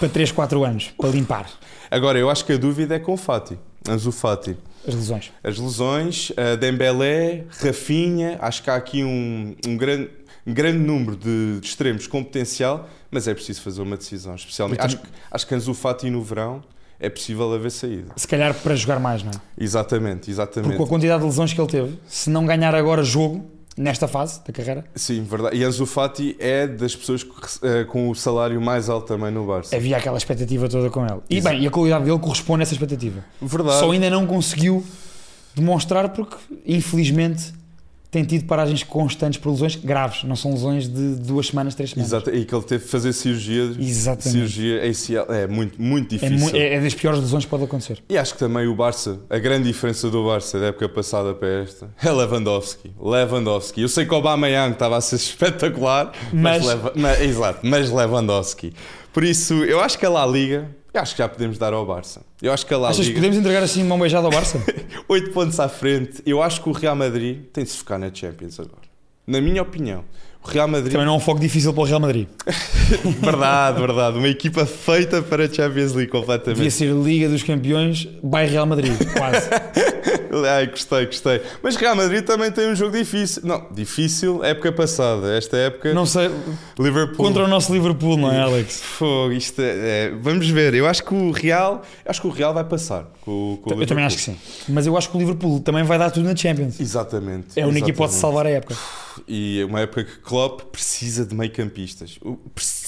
B: para 3, 4 anos, para limpar
A: Agora, eu acho que a dúvida é com o Fati. Anzu Fati.
B: as lesões.
A: As lesões, eh, Dembélé, Rafinha, acho que há aqui um, um grande, um grande número de, de extremos com potencial, mas é preciso fazer uma decisão, especialmente.
B: Mas
A: Acho, que- acho que Anzu Fati no verão é possível haver saída.
B: Se calhar para jogar mais, não é?
A: Exatamente,
B: Porque
A: exatamente.
B: com a quantidade de lesões que ele teve, se não ganhar agora jogo, nesta fase da carreira,
A: Sim, verdade. E Anzu Fati é das pessoas que rece- eh, com o salário mais alto também no Barça.
B: havia aquela expectativa toda com ele. E
A: Exato.
B: bem, e a qualidade dele corresponde a essa expectativa.
A: Verdade.
B: Só ainda não conseguiu demonstrar porque, infelizmente, tem tido paragens constantes por lesões graves. Não são lesões de duas semanas, três semanas.
A: Exata- E que ele teve que fazer cirurgia.
B: Exatamente.
A: Cirurgia ACL. É muito, muito
B: É,
A: difícil.
B: mu- é, é das piores lesões que pode acontecer.
A: E acho que também o Barça, a grande diferença do Barça da época passada para esta, é Lewandowski. Lewandowski. Eu sei que o Aubameyang estava a ser espetacular, mas,
B: Mas-
A: Leva- mas- exato, mas Lewandowski. Por isso, eu acho que a La Liga, eu acho que já podemos dar ao Barça. Eu acho que a La
B: Achas que
A: Liga,
B: podemos entregar assim de mão beijada ao Barça?
A: 8 pontos à frente, eu acho que o Real Madrid tem de se focar na Champions agora. Na minha opinião, o Real Madrid
B: Também não é um foco difícil para o Real Madrid.
A: Verdade, verdade. Uma equipa feita para a Champions League
B: Devia
A: completamente.
B: ser Liga dos Campeões by Real Madrid, quase.
A: Ai, gostei, gostei. Mas Real Madrid também tem um jogo difícil. Não, difícil, época passada. Esta época,
B: não sei,
A: Liverpool.
B: contra o nosso Liverpool, não é, Alex?
A: Fogo, isto é, é, Vamos ver. Eu acho que o Real. Acho que o Real vai passar com, o- com o
B: Eu também acho que sim. Mas eu acho que o Liverpool também vai dar tudo na Champions.
A: Exatamente.
B: É a única
A: exatamente.
B: que pode salvar a época.
A: E é uma época que Klopp precisa de meio-campistas. O-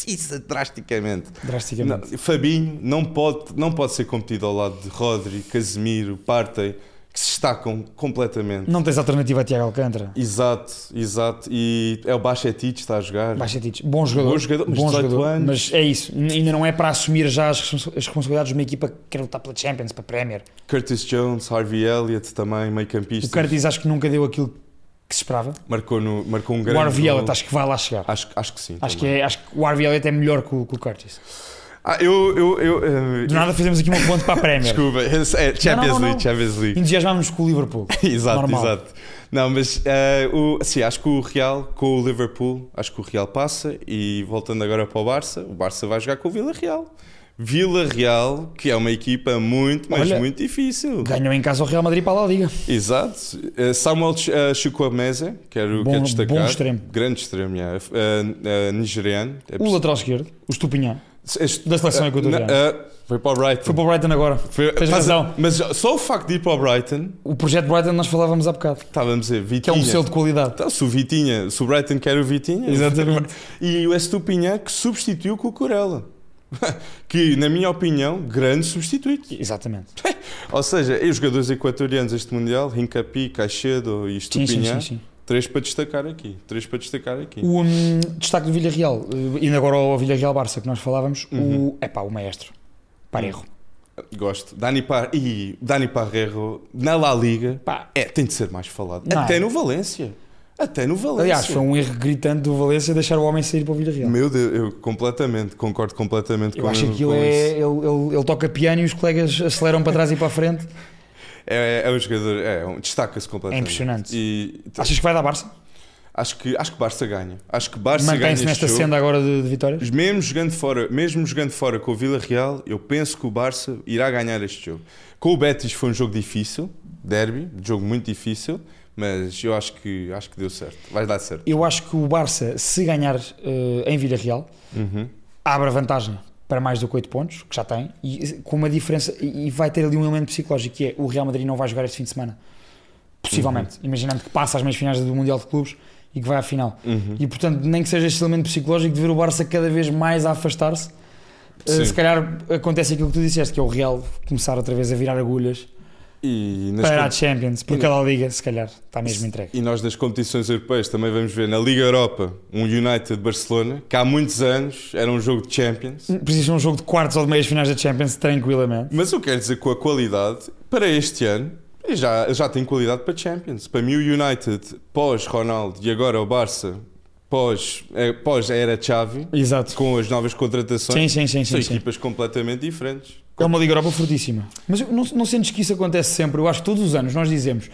A: Precisa drasticamente.
B: Drasticamente.
A: Não, Fabinho não pode, não pode ser competido ao lado de Rodri, Casemiro, Partey, que se destacam completamente.
B: Não, tens alternativa a Tiago Alcântara.
A: Exato, exato. E é o Bachetic que está a jogar.
B: Baixetites, bom jogador,
A: Bom jogador, mas
B: bom
A: 18
B: jogador,
A: anos.
B: mas é isso, n- ainda não é para assumir já as respons- as responsabilidades de uma equipa que quer lutar pela Champions, para a Premier.
A: Curtis Jones, Harvey Elliott também,
B: O
A: meio-campista.
B: Curtis acho que nunca deu aquilo que se esperava.
A: Marcou, no, marcou um
B: O
A: grande. Ah, tá
B: Harvey
A: gol.
B: Elliott acho que vai lá chegar.
A: Acho, acho que sim.
B: Acho que,
A: também.
B: é, acho que o Harvey Elliott é melhor que o, que é- o Curtis.
A: Ah, eu. eu, eu, eh,
B: Do nada fizemos aqui um ponto para a Premier.
A: Desculpa, é, é Champions
B: não, não.
A: League, Champions League.
B: Entusiasmámos com o Liverpool.
A: Exato,
B: Normal.
A: exato. Não, mas eh, o, sim, acho que o Real com o Liverpool, acho que o Real passa e voltando agora para o Barça, o Barça vai jogar com o Vila Real. Vila Real, que é uma equipa muito, mas
B: Olha,
A: muito difícil.
B: Ganhou em casa o Real Madrid para lá, diga.
A: Exato. Eh, Samuel Ch- eh, Chukwuemeze, quero,
B: Bom-
A: quero destacar.
B: bom extremo.
A: é Grande extremo, yeah. F- eh, eh, nigeriano. É
B: O
A: preciso-
B: lateral esquerdo, o Estupinhã,
A: Este-
B: da seleção
A: eh,
B: equatoriana.
A: na- eh, foi para o Brighton.
B: foi para o Brighton agora.
A: Foi-
B: Tens
A: estás a-
B: razão.
A: Mas só o facto de ir para o Brighton,
B: O projeto Brighton nós falávamos há bocado,
A: estávamos a ver,
B: que é um selo de qualidade.
A: Então, se o Vitinha, se o Brighton quer o Vitinha.
B: Exatamente.
A: E o Estupinhã que substituiu o Cucurella. que, na minha opinião, grande substituto.
B: Exatamente.
A: Ou seja, e os jogadores equatorianos este Mundial, Rincapi, Caicedo e
B: Sim, sim,
A: Estupinhã,
B: sim, sim.
A: três para destacar aqui. Três para destacar aqui.
B: O hum, destaque do Villarreal, eh, ainda agora ao Villarreal Barça que nós falávamos,
A: Uhum.
B: o, epá, o maestro, Parejo.
A: Gosto. Dani Par... E Dani Parreiro, na La Liga,
B: Pá,
A: é, tem de ser mais falado.
B: Não
A: Até
B: é?
A: no Valência. Até no Valência.
B: aliás, foi um erro gritante do Valência deixar o homem sair para o Villarreal.
A: Meu Deus, eu completamente, concordo completamente
B: Eu
A: com
B: acho que aquilo
A: com isso.
B: é. Ele, ele- ele toca piano e os colegas aceleram para trás e para a frente.
A: É, é, é um jogador, é, um- destaca-se completamente.
B: É impressionante.
A: E t-
B: Achas que vai dar Barça?
A: acho que acho que Barça ganha. Acho que Barça ganha
B: Mantém-se
A: este
B: nesta
A: jogo.
B: senda agora de, de vitórias?
A: Mesmo jogando fora, mesmo jogando fora com o Vila Real, eu penso que o Barça irá ganhar este jogo. Com o Betis foi um jogo difícil, derby, jogo muito difícil, mas eu acho que acho que deu certo. Vai dar certo.
B: Eu acho que o Barça, se ganhar eh, em Villarreal,
A: Uhum.
B: abre a vantagem para mais do que 8 pontos, que já tem, e com uma diferença, e e vai ter ali um elemento psicológico que é o Real Madrid não vai jogar este fim de semana. Possivelmente. Imaginando que passa às meias finais do Mundial de Clubes e que vai à final. E portanto, nem que seja este elemento psicológico de ver o Barça cada vez mais a afastar-se, eh,
A: Sim.
B: se calhar acontece aquilo que tu disseste, que é o Real começar outra vez a virar agulhas
A: E nas
B: para a
A: com-
B: Champions, porque a La Liga, se calhar, está mesmo entregue.
A: E nós das competições europeias também vamos ver na Liga Europa um United Barcelona, que há muitos anos era um jogo de Champions.
B: Precisa de um jogo de quartos ou de meias finais da Champions, tranquilamente.
A: Mas eu quero dizer que a qualidade para este ano já, já tem qualidade para Champions. Para mim, o United pós-Ronaldo e agora o Barça pós- eh, pós-era Xavi,
B: Exato.
A: com as novas contratações,
B: Sim, sim, sim,
A: são
B: sim. sim.
A: equipas completamente diferentes.
B: É uma Liga Europa fortíssima. Mas eu- não, não sentes que isso acontece sempre? Eu acho que todos os anos nós dizemos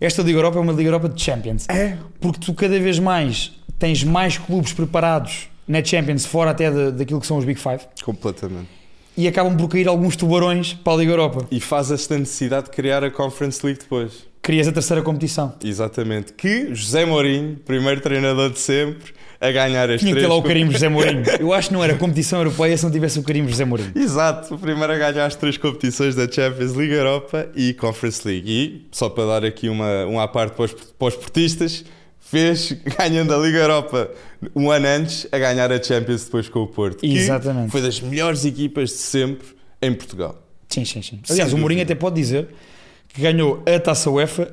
B: esta Liga Europa é uma Liga Europa de Champions. É. Porque tu cada vez mais tens mais clubes preparados na Champions, fora até da- daquilo que são os Big Five,
A: Completamente.
B: e acabam por cair alguns tubarões para a Liga Europa.
A: E faz esta necessidade de criar a Conference League depois.
B: Crias a terceira competição.
A: Exatamente. Que José Mourinho, primeiro treinador de sempre, a ganhar as
B: Tinha que ter
A: três.
B: lá o carimbo José Mourinho. Eu acho que não era competição europeia se não tivesse o carimbo José Mourinho.
A: Exato, o primeiro a ganhar as três competições da Champions League Europa e Conference League. E, só para dar aqui uma, um à parte para os, para os portistas, fez, ganhando a Liga Europa um ano antes, a ganhar a Champions depois com o Porto. que
B: Exatamente.
A: foi das melhores equipas de sempre em Portugal.
B: Sim, sim, sim.
A: Sem
B: Aliás, o Mourinho
A: dúvida.
B: até pode dizer que ganhou a Taça UEFA,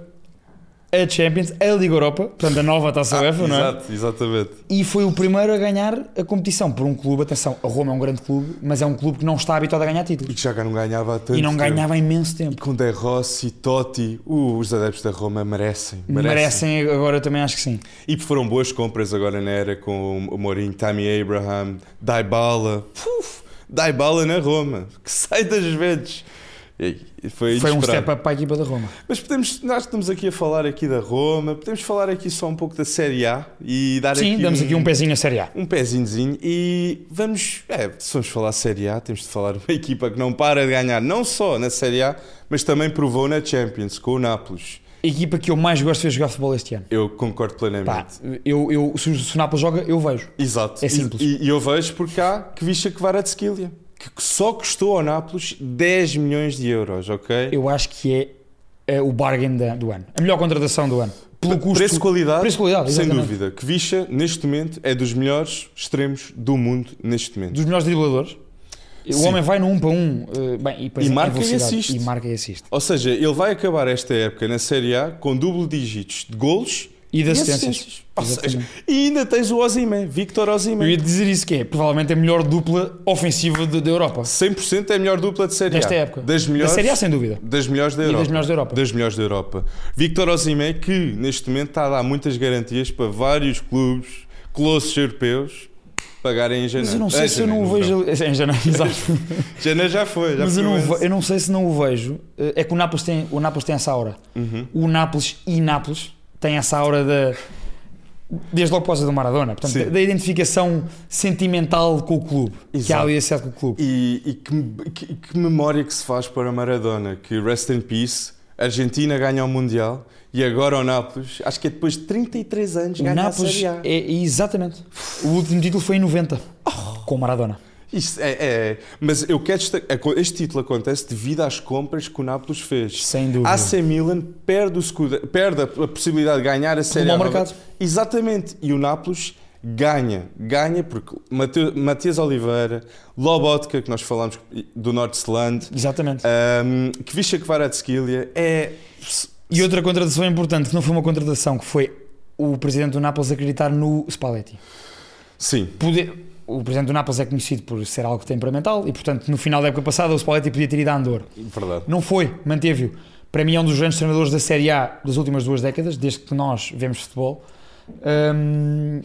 B: a Champions, a Liga Europa, portanto a nova Taça UEFA, não é?
A: Ah, Exato, exatamente.
B: E foi o primeiro a ganhar a competição por um clube. Atenção, a Roma é um grande clube, mas é um clube que não está habituado a ganhar
A: E
B: títulos.
A: que já não ganhava há tanto
B: E não
A: tempo.
B: ganhava há imenso tempo.
A: Com De Rossi, Totti, uh, os adeptos da Roma merecem.
B: Merecem agora, eu também acho que sim.
A: E foram boas compras agora na era com o Mourinho, Tammy Abraham, Dybala. Puf, Dybala na Roma, que sai das vezes. Foi,
B: Foi um
A: inesperado.
B: step up para a equipa da Roma.
A: Mas podemos, nós estamos aqui a falar aqui da Roma, podemos falar aqui só um pouco da Série A e dar
B: Sim,
A: aqui
B: damos aqui um pezinho a Série A.
A: um pezinhozinho e vamos, é, se vamos falar Série A, temos de falar de uma equipa que não para de ganhar, não só na Série A, mas também provou na Champions com o Nápoles.
B: A equipa que eu mais gosto de ver jogar futebol este ano.
A: Eu concordo plenamente.
B: Pá, eu, eu, se o se o Nápoles joga, eu vejo.
A: Exato.
B: É simples.
A: E, e eu vejo por cá que Visha Kvaratskhelia, que só custou ao Nápoles 10 milhões de euros, ok?
B: Eu acho que é, é o bargain da- do ano. A melhor contratação do ano. Pelo
A: P-
B: custo.
A: Preço-qualidade,
B: Preço-qualidade,
A: sem
B: exatamente.
A: dúvida. Que Visha, neste momento, é dos melhores extremos do mundo neste momento.
B: Dos melhores dribladores. O
A: Sim.
B: homem vai no 1 um para 1. Um, eh, bem, e, depois
A: E
B: em
A: marca e
B: velocidade.
A: assiste.
B: E marca e assiste.
A: Ou seja, ele vai acabar esta época na Série A com duplo dígitos de golos
B: E de assistências.
A: Ou seja,
B: Exatamente.
A: e ainda tens o Osimhen, Victor
B: Eu ia
A: Osimhen.
B: te dizer isso que é provavelmente a melhor dupla ofensiva de- da Europa
A: 100% é a melhor dupla de Série A.
B: nesta época.
A: Das melhores,
B: Da Série A sem dúvida.
A: Das melhores da
B: E
A: Europa.
B: das melhores da Europa.
A: Das melhores da Europa. Victor Osimhen, que neste momento está a dar muitas garantias para vários clubes, colossos europeus, pagarem em janeiro.
B: Mas eu não sei
A: Em
B: se eu não o
A: janeiro,
B: vejo ali- em janeiro, exato.
A: verão. Janeiro já foi, já
B: Mas
A: foi
B: eu não,
A: antes.
B: ve- eu não sei se não o vejo. Eh, É que o Nápoles tem, o Nápoles tem essa aura.
A: Uhum.
B: O Nápoles e Nápoles têm essa aura da desde logo pós do Maradona, portanto,
A: Sim.
B: da- da identificação sentimental com o clube, que há
A: Exato.
B: ali esse com o clube.
A: E, e que, que- que memória que se faz para Maradona, que rest in peace, a Argentina ganha o Mundial e agora o Nápoles, acho que é depois de 33 anos,
B: o
A: ganha a
B: Nápoles
A: Série A.
B: é, é exatamente. O último título foi em 90 com o Maradona.
A: Isto é, é- mas eu quero destacar, este título acontece devido às compras que o Nápoles fez.
B: Sem dúvida.
A: AC Milan perde, o Scude- perde a, a possibilidade de ganhar a Série A.
B: mau
A: nova-
B: mercado.
A: Exatamente. E o Nápoles ganha. Ganha porque Mate- Matias Oliveira, Lobotka, que nós falámos do Nordsland,
B: Exatamente.
A: um, Kvisha Kvaratskhelia é...
B: E outra contratação importante, que não foi uma contratação, que foi o presidente do Nápoles acreditar no Spalletti.
A: Sim,
B: Poder- O presidente do Nápoles é conhecido por ser algo temperamental e, portanto, no final da época passada, o Spalletti podia ter ido a Andor.
A: verdade.
B: Não foi, manteve-o. Para mim, é um dos grandes treinadores da Série A das últimas duas décadas, desde que nós vemos futebol. Hum,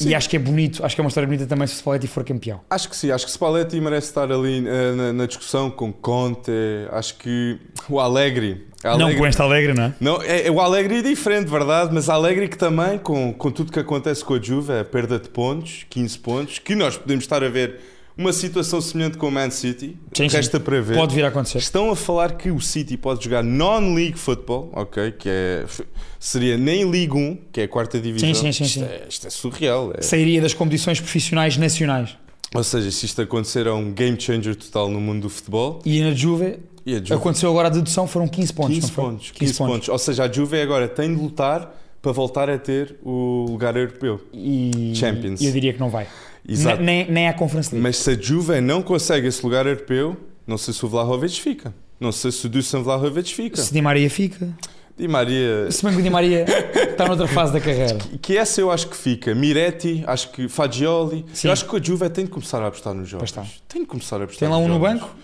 B: e acho que é bonito, acho que é uma história bonita também se o Spalletti for campeão.
A: Acho que sim, acho que Spalletti merece estar ali eh, na, na discussão com Conte, acho que o Alegre...
B: Não com esta alegre, não é?
A: Não, é, é o Alegre é diferente, verdade, mas Alegre que também, com, com tudo que acontece com a Juve, a perda de pontos, 15 pontos, que nós podemos estar a ver uma situação semelhante com o Man City,
B: Sim, sim.
A: resta para ver.
B: Pode vir a acontecer.
A: Estão a falar que o City pode jogar non-league football, ok, que é, f- seria nem League 1, que é a quarta divisão.
B: Sim, sim, sim,
A: Isto,
B: sim.
A: É, isto é surreal. é-
B: Sairia das competições profissionais nacionais.
A: Ou seja, se isto acontecer é um game changer total no mundo do futebol.
B: E na Juve,
A: E a Juve?
B: aconteceu agora a dedução, foram 15 pontos.
A: 15
B: não foi?
A: pontos, 15 pontos. Ou seja, a Juve agora tem de lutar para voltar a ter o lugar europeu.
B: E
A: Champions.
B: eu diria que não vai.
A: Exato.
B: Ne- Nem, nem à Conference League.
A: Mas se a Juve não consegue esse lugar europeu, não sei se o Vlahovic fica. Não sei se o Dusan Vlahovic fica.
B: Se Di Maria fica.
A: Di Maria.
B: Se bem que o Di Maria está noutra fase da carreira.
A: Que essa eu acho que fica. Miretti, acho que Fagioli.
B: Sim.
A: Eu acho que a Juve tem de começar a apostar nos jogos.
B: Pois
A: Tem de começar a apostar
B: Tem lá um
A: nos
B: no
A: jogos.
B: banco,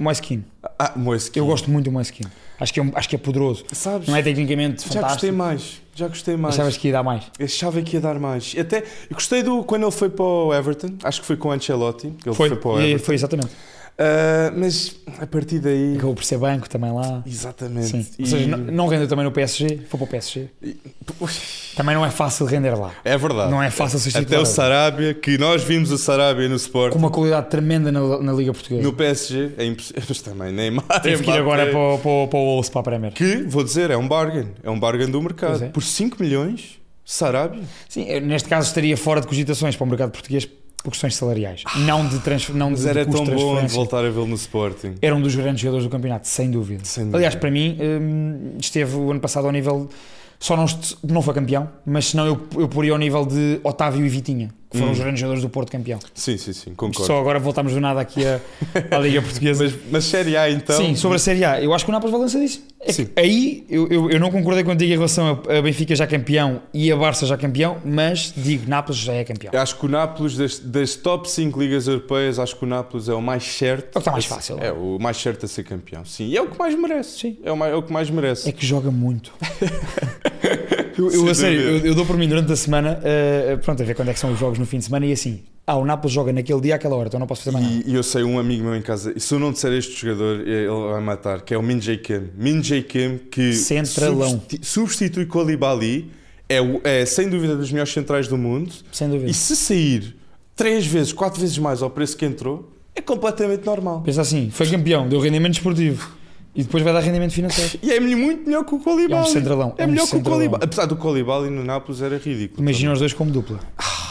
B: o Moiskin.
A: Ah, Moiskin.
B: Eu gosto muito do Moiskin. Acho que é, um- acho que é poderoso.
A: Sabes?
B: Não é tecnicamente
A: já gostei
B: fantástico.
A: mais. Já gostei mais.
B: Achavas que ia dar mais.
A: Achava que ia dar mais. Até eu gostei do quando ele foi para o Everton. Acho que foi com o Ancelotti. Ele foi, para o
B: e
A: Everton.
B: foi exatamente.
A: Ah, mas a partir daí.
B: Acabou por ser banco também lá.
A: Exatamente.
B: Sim. Ou
A: E-
B: seja, não, não rendeu também no PSG, foi para o PSG. Também não é fácil render lá.
A: É verdade.
B: Não é fácil ser
A: Até
B: titular.
A: o Sarabia, que nós vimos o Sarabia no Sport,
B: Com uma qualidade tremenda na, na Liga Portuguesa.
A: no PSG, é impossível. Mas também Neymar.
B: Teve que
A: Mbappé.
B: ir agora para, o- para, o- para o Wolves, para a Premier.
A: Que, vou dizer, é um bargain. É um bargain do mercado.
B: Pois é.
A: Por 5 milhões, Sarabia.
B: Sim, eu, neste caso estaria fora de cogitações para o mercado português por questões salariais. não de, trans, não de,
A: Ah, Mas era
B: é de
A: tão
B: custo de
A: bom de
B: transferência.
A: voltar a vê-lo no Sporting.
B: Era um dos grandes jogadores do campeonato, sem dúvida.
A: Sem dúvida.
B: Aliás, para mim, hum, esteve o ano passado ao nível. Só não, est- não foi campeão, mas senão eu, eu poria ao nível de Otávio e Vitinha, que foram os grandes jogadores do Porto campeão.
A: Sim, sim, sim, Hum. concordo.
B: Só agora voltámos do nada aqui à, à Liga Portuguesa.
A: Mas, mas Série A então.
B: Sim, sobre a Série A, eu acho que o Nápoles vai lançar disso. É que
A: Sim.
B: Aí eu, eu, eu não concordei contigo em relação a, a Benfica já campeão e a Barça já campeão, mas digo, Nápoles já é campeão.
A: Eu Acho que o Nápoles, das, das top 5 ligas europeias, acho que o Nápoles é o mais certo.
B: É o que está mais
A: a-
B: fácil.
A: É o mais certo a ser campeão. Sim, e é o que mais merece.
B: Sim.
A: É o, mais, é o que mais merece.
B: É que joga muito. eu, eu,
A: Sem
B: a sério, eu,
A: dúvida.
B: eu dou por mim durante a semana, eh, pronto, a ver quando é que são os jogos no fim de semana e assim. Ah, o Nápoles joga naquele dia, àquela hora, então não posso fazer mais nada.
A: E, e eu sei um amigo meu em casa, e se eu não disser este jogador, ele vai matar, que é o Min Jae Kim. Min Jae Kim, que
B: Centralão.
A: substi- substitui Colibali, é, o- é sem dúvida dos melhores centrais do mundo.
B: Sem dúvida.
A: E se sair três vezes, quatro vezes mais ao preço que entrou, é completamente normal.
B: Pensa assim, foi campeão, deu rendimento esportivo e depois vai dar rendimento financeiro.
A: E é muito melhor que o Colibali.
B: É um centralão,
A: É,
B: é um
A: melhor que o
B: centralão.
A: Colibali. Apesar do Colibali no Nápoles era ridículo.
B: Imagina os dois como dupla.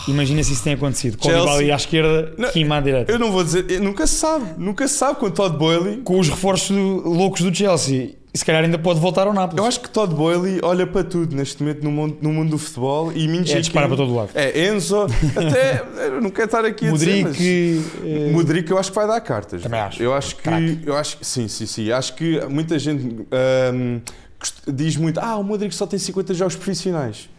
B: Imagina se isso tem acontecido. Com
A: Chelsea.
B: o ali à esquerda,
A: Não,
B: Kim à direita.
A: Eu não vou dizer, eu nunca se sabe, nunca se sabe com o Todd Boyle.
B: Com os reforços do- loucos do Chelsea, se calhar ainda pode voltar ao Nápoles.
A: Eu acho que Todd Boyle olha para tudo neste momento no mundo, no mundo do futebol e Minji
B: É, dispara para todo lado.
A: É, Enzo, até eu não quero estar aqui a dizer, mas-
B: Modric, eh,
A: Modric eu acho que vai dar cartas.
B: Também acho.
A: Eu acho que,
B: Craque.
A: eu acho que sim, sim, sim. Acho que muita gente ahm, gost- diz muito, ah, o Modric só tem 50 jogos profissionais.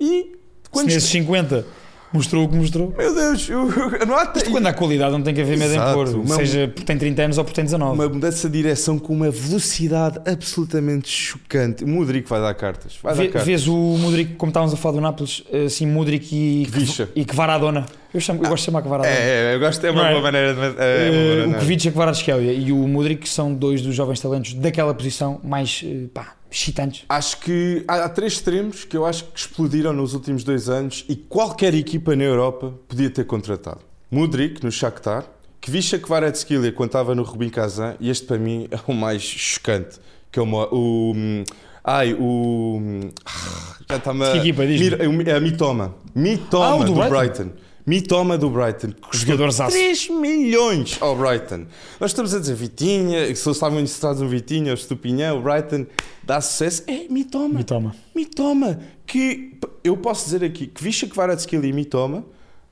A: E
B: se
A: quando
B: nesses 50 mostrou o que mostrou.
A: meu Deus, eu- eu- não há
B: Isto
A: te-
B: quando há qualidade não tem que haver medo
A: Exato.
B: em pôr,
A: Não.
B: seja porque tem 30 anos ou porque tem 19.
A: uma mudança de direção com uma velocidade absolutamente chocante. O Modric vai dar cartas. Vai
B: Vê-
A: dar cartas.
B: vês o Modric, como estávamos a falar do Nápoles, assim, Modric e,
A: Kvicha.
B: e Kvaradona. Eu, chamo, eu gosto de chamar Kvaradona.
A: É, é, eu gosto, é uma
B: Não é?
A: boa maneira de. É, é uma boa
B: Eh, o
A: maneira.
B: Kvicha Kvaratskhelia e o Modric são dois dos jovens talentos daquela posição mais, eh, pá, excitantes.
A: Acho que há, há três extremos que eu acho que explodiram nos últimos dois anos e qualquer equipa na Europa podia ter contratado. Mudrik, no Shakhtar, Kvisha Kvaratskhelia, quando estava no Rubin Kazan, e este para mim é o mais chocante, que é o... Mo- o hum, ai, o... hum, ah, Já está-me a...
B: Que equipa, diz-me?
A: Mir- é o Mi- É a Mitoma. Mitoma
B: Ah, o
A: do,
B: do Brighton.
A: Brighton. Mitoma do Brighton. que custou
B: Jogadorzaço.
A: 3 milhões ao Oh, Brighton. Nós estamos a dizer Vitinha, que se eles estavam interessados no Vitinha, o Estupinhã, o Brighton dá sucesso. É Mitoma.
B: Mitoma.
A: Mitoma. Que p- eu posso dizer aqui que Visha Kvaratskhelia e Mitoma,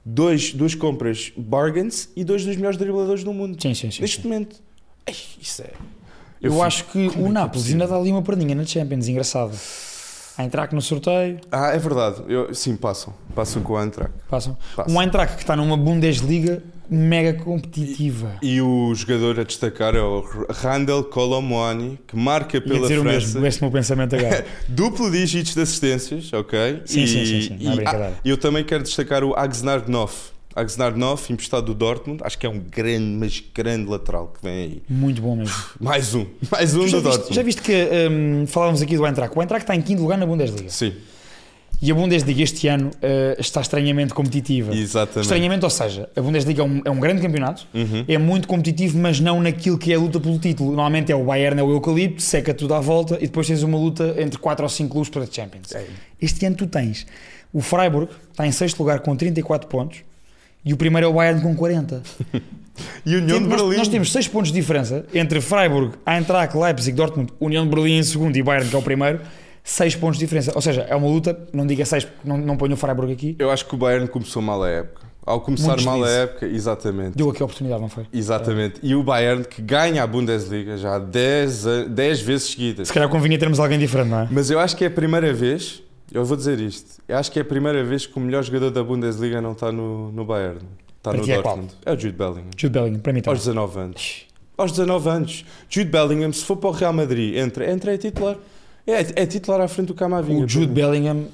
A: dois, duas compras bargains e dois dos melhores dribladores do mundo.
B: Sim, sim, sim,
A: Neste
B: sim.
A: momento. Ei, isso é.
B: Eu,
A: fico-
B: acho que o Nápoles ainda dá ali uma perninha na Champions, engraçado. A Eintracht no sorteio,
A: Ah, é verdade. Eu, sim, passam. Passam com a Antrac.
B: passam.
A: Passa.
B: Um Eintracht que está numa Bundesliga mega competitiva.
A: E o jogador a destacar é o R- Randall Colomuani, que marca
B: Ia
A: pela
B: dizer o
A: França.
B: mesmo, este meu pensamento agora.
A: Duplo dígitos de assistências, ok?
B: Sim,
A: E-
B: sim, sim, sim. Não é
A: e-
B: brincadeira.
A: ah, eu também quero destacar o Agznar Noff. Agznar Noff, emprestado do Dortmund. Acho que é um grande, mas grande lateral que vem aí.
B: Muito bom mesmo.
A: Mais um. Mais um
B: Já
A: do
B: viste,
A: Dortmund.
B: já viste que hum, falávamos aqui do Eintracht. O Eintracht está em quinto lugar na Bundesliga.
A: Sim,
B: E a Bundesliga este ano eh, está estranhamente competitiva.
A: exatamente.
B: Estranhamente, ou seja, a Bundesliga é um, é um grande campeonato,
A: Uhum.
B: é muito competitivo, mas não naquilo que é a luta pelo título. Normalmente é o Bayern, é o Eucalipto, seca tudo à volta e depois tens uma luta entre 4 ou 5 clubes para a
A: É.
B: Champions. Este ano tu tens o Freiburg, está em sexto lugar com 34 pontos, E o primeiro é o Bayern com 40.
A: E União de
B: Nós,
A: Berlim.
B: nós temos 6 pontos de diferença entre Freiburg, Eintracht, Leipzig, Dortmund, União de Berlim em segundo e Bayern que é o primeiro. 6 pontos de diferença. Ou seja, é uma luta, não diga 6 porque não, não ponho o Freiburg aqui.
A: Eu acho que o Bayern começou mal a época. Ao começar
B: Muitos
A: mal a
B: dizem.
A: época, exatamente.
B: Deu aqui a oportunidade, não foi?
A: Exatamente. E o Bayern que ganha a Bundesliga já há 10 a- 10 vezes seguidas.
B: Se calhar convinha termos alguém diferente, não é?
A: Mas eu acho que é a primeira vez, eu vou dizer isto, eu acho que é a primeira vez que o melhor jogador da Bundesliga não está no, no Bayern. Está
B: Para
A: no
B: ti é
A: Dortmund. É o Jude Bellingham.
B: Jude Bellingham, para mim
A: Aos
B: também.
A: 19 anos. Aos 19 anos. Jude Bellingham, se for para o Real Madrid, entra, entra é titular. É, é titular à frente do Camavinga.
B: O Jude Bellingham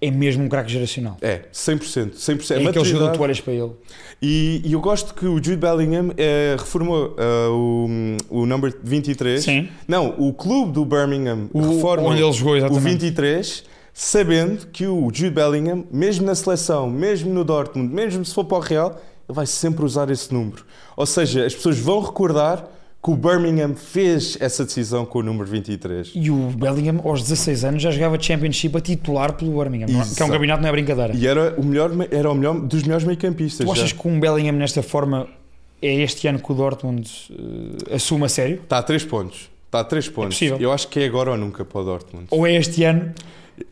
B: é mesmo um craque geracional.
A: É, 100%. 100%.
B: É,
A: A
B: aquele jogador
A: maturidade-
B: que tu olhas para ele.
A: E, e eu gosto que o Jude Bellingham eh, reformou eh, o, o number 23.
B: Sim.
A: Não, o clube do Birmingham
B: O-
A: reforma
B: onde ele jogou,
A: o
B: exatamente.
A: 23, sabendo que o Jude Bellingham, mesmo na seleção, mesmo no Dortmund, mesmo se for para o Real, ele vai sempre usar esse número. Ou seja, as pessoas vão recordar que o Birmingham fez essa decisão com o número 23.
B: E o Bellingham, aos 16 anos, já jogava Championship a titular pelo Birmingham, não é? que é um
A: Exato.
B: campeonato, não é brincadeira.
A: E era o melhor, era o melhor dos melhores meio-campistas.
B: Tu
A: já.
B: achas que um Bellingham nesta forma é este ano que o Dortmund eh, assume a sério?
A: Está a 3 pontos. Está a 3 pontos.
B: possível.
A: eu acho que é agora ou nunca para o Dortmund.
B: Ou é este ano?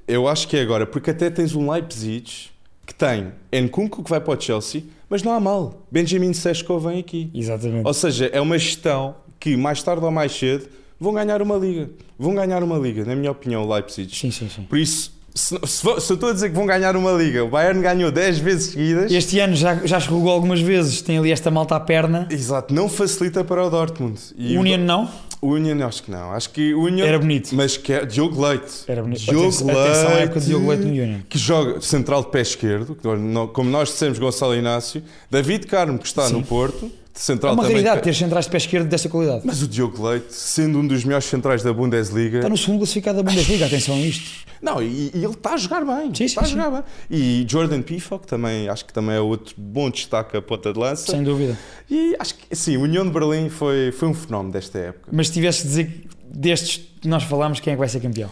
A: Eu acho que é agora, porque até tens um Leipzig que tem Nkunku que vai para o Chelsea, mas não há mal. Benjamin Sesko vem aqui.
B: Exatamente.
A: Ou seja, é uma gestão que mais tarde ou mais cedo vão ganhar uma liga. Vão ganhar uma liga, na minha opinião, o Leipzig.
B: Sim, sim, sim.
A: Por isso, se, se vou- se eu estou a dizer que vão ganhar uma liga, o Bayern ganhou 10 vezes seguidas.
B: Este ano já, já escorregou algumas vezes, tem ali esta malta à perna.
A: Exato, não facilita para o Dortmund. E
B: Union não? É
A: o Union, acho que não. Acho que o Union.
B: Era bonito.
A: Mas que é Diogo Leite.
B: Era bonito.
A: Diogo
B: Atenção-
A: Leite.
B: atenção à época de Diogo Leite no Union.
A: Que joga central de pé esquerdo, que nós- nó- como nós dissemos, Gonçalo Inácio. David Carmo, que está no Porto. de
B: É
A: Central
B: uma
A: também.
B: raridade ter centrais de pé esquerdo desta qualidade.
A: Mas o Diogo Leite, sendo um dos melhores centrais da Bundesliga.
B: Está Tá no segundo classificado da Bundesliga, atenção a isto.
A: Não, e, e ele está a jogar bem.
B: Sim, sim,
A: está a
B: sim.
A: jogar bem. E Jordan Pifo, que também acho que também é outro bom destaque a ponta de lança.
B: Sem dúvida.
A: E acho que sim, o União de Berlim foi, foi um fenómeno desta época.
B: Mas se tivesse de dizer que destes que nós falámos, quem é que vai ser campeão?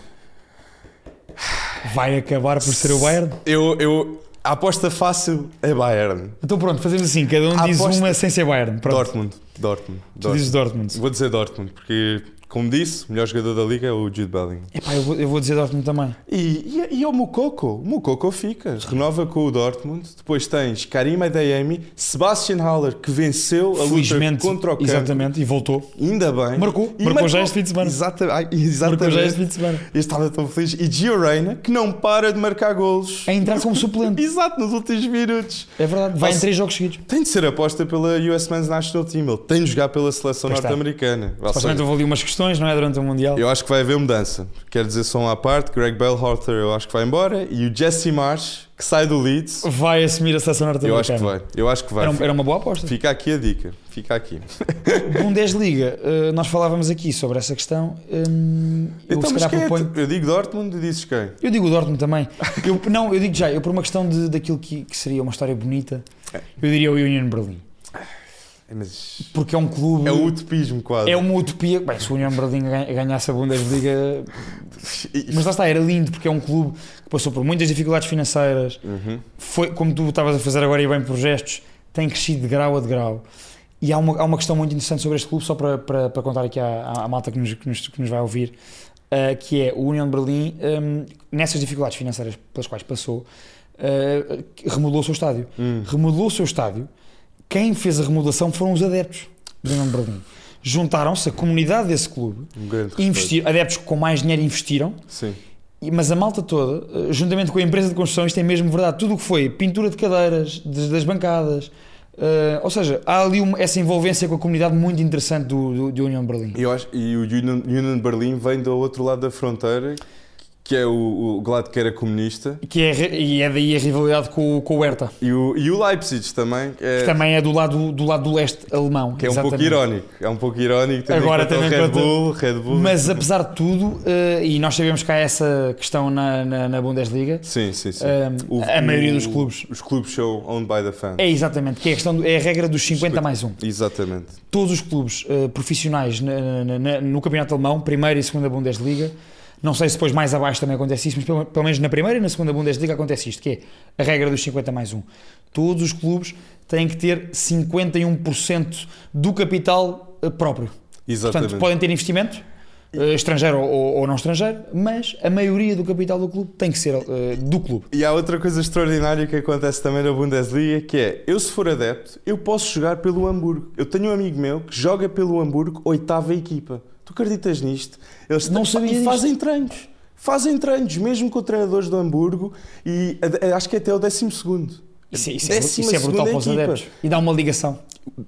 B: Vai acabar por ser o Bayern?
A: Eu, eu, a aposta fácil é Bayern.
B: Então pronto, fazemos assim, cada um diz
A: Aposta-
B: uma sem ser Bayern. Pronto,
A: Dortmund, Dortmund,
B: tu
A: Dortmund.
B: dizes Dortmund.
A: Vou dizer Dortmund, porque, como disse, o melhor jogador da liga é o Jude Bellingham.
B: Epá, eu vou, eu vou dizer Dortmund também.
A: E, e, e é o Mukoko. O Mukoko fica, renova com o Dortmund. Depois tens Karim Adeyemi, Sebastian Haller, que venceu a luta
B: Felizmente,
A: contra o campo.
B: exatamente, e voltou.
A: Ainda bem.
B: Marcou.
A: E
B: Marcou já este fim de semana.
A: Exata, ai,
B: Marcou
A: exatamente.
B: já é este fim de semana.
A: Eu estava tão feliz. E Gio Reyna, que não para de marcar golos.
B: A entrar como suplente.
A: Exato, nos últimos minutos.
B: É verdade, vai em
A: Posso-
B: três jogos seguidos.
A: Tem de ser aposta pela US Men's National Team. Ele tem de jogar pela seleção
B: Pois está.
A: norte-americana. Ou seja,
B: Supostamente houve ali umas questões, não é? Durante o Mundial.
A: Eu acho que vai haver mudança. Quero dizer só uma à parte, Greg Bellhorter eu acho que vai embora e o Jesse Marsh, que sai do Leeds,
B: Vai assumir a seleção
A: eu acho que
B: norte-americana.
A: vai. Eu acho que vai.
B: Era, um- era uma boa aposta.
A: Fica aqui a dica. Fica aqui.
B: Bundesliga, Um eh, nós falávamos aqui sobre essa questão. hum, eu
A: então,
B: se
A: mas
B: calhar
A: quem é?
B: proponho.
A: Eu digo Dortmund e dizes quem?
B: Eu digo o Dortmund também. Eu, não, eu digo já, eu por uma questão de, daquilo que, que seria uma história bonita, eu diria o Union Berlim.
A: É, mas
B: Porque é um clube.
A: é o utopismo quase.
B: é uma utopia. Bem, se o Union Berlim ganha- ganhasse a Bundesliga.
A: E-
B: Mas lá está, era lindo, porque é um clube que passou por muitas dificuldades financeiras.
A: Uhum.
B: Foi, como tu estavas a fazer agora e bem por gestos, tem crescido de grau a degrau. E há uma, há uma questão muito interessante sobre este clube, só para, para, para contar aqui à, à- à malta que nos, que nos, que nos vai ouvir, ah, que é o União de Berlim, hum, nessas dificuldades financeiras pelas quais passou, ah, remodelou o seu estádio.
A: Hum.
B: Remodelou o seu estádio. Quem fez a remodelação foram os adeptos do União de Berlim. Juntaram-se, a comunidade desse clube,
A: Um grande respeito.
B: investir, adeptos com mais dinheiro investiram,
A: Sim.
B: e- mas a malta toda, eh, juntamente com a empresa de construção, isto é mesmo verdade. Tudo o que foi pintura de cadeiras, de- das bancadas, eh, ou seja, há ali uma- essa envolvência com a comunidade muito interessante do, do, de União de Berlim.
A: E Eu acho, e o Union, Union Berlim vem do outro lado da fronteira, que é o, o Glad que era comunista.
B: Que é, ri- e é daí a rivalidade com, o- com o Hertha,
A: E o, e o Leipzig também, que é,
B: que também é do lado do, lado do leste alemão.
A: que é um pouco
B: exatamente.
A: irónico. É um pouco irónico tendo
B: Agora,
A: em conta
B: tendo
A: o
B: em
A: Red
B: conta-
A: Bull, Red Bull.
B: Mas apesar de tudo, eh, e nós sabemos que há essa questão na, na, na Bundesliga,
A: Sim, sim, sim.
B: Um, a maioria dos clubes.
A: Os clubes são owned by the fans.
B: é exatamente, que é a, questão do- é a regra dos 50 mais 1.
A: Exatamente.
B: todos os clubes eh, profissionais na- na- na- no campeonato alemão, primeira e segunda Bundesliga, Não sei se depois mais abaixo também acontece isso, mas pelo, pelo menos na primeira e na segunda Bundesliga acontece isto, que é a regra dos 50 mais 1. Todos os clubes têm que ter 51% do capital eh, próprio.
A: Exatamente.
B: Portanto, podem ter investimento, eh, estrangeiro ou, ou não estrangeiro, mas a maioria do capital do clube tem que ser eh, do clube.
A: E há outra coisa extraordinária que acontece também na Bundesliga, que é, eu se for adepto, eu posso jogar pelo Hamburgo. Eu tenho um amigo meu que joga pelo Hamburgo, oitava equipa. Tu acreditas nisto? Eles
B: Não
A: têm-
B: sabia
A: e
B: disto.
A: fazem treinos. Fazem treinos, mesmo com treinadores do Hamburgo, e a- a- acho que até o décimo segundo.
B: Isso, é- isso é,
A: Décima
B: isso é brutal
A: segunda
B: para os
A: equipa.
B: adeptos. E dá uma ligação.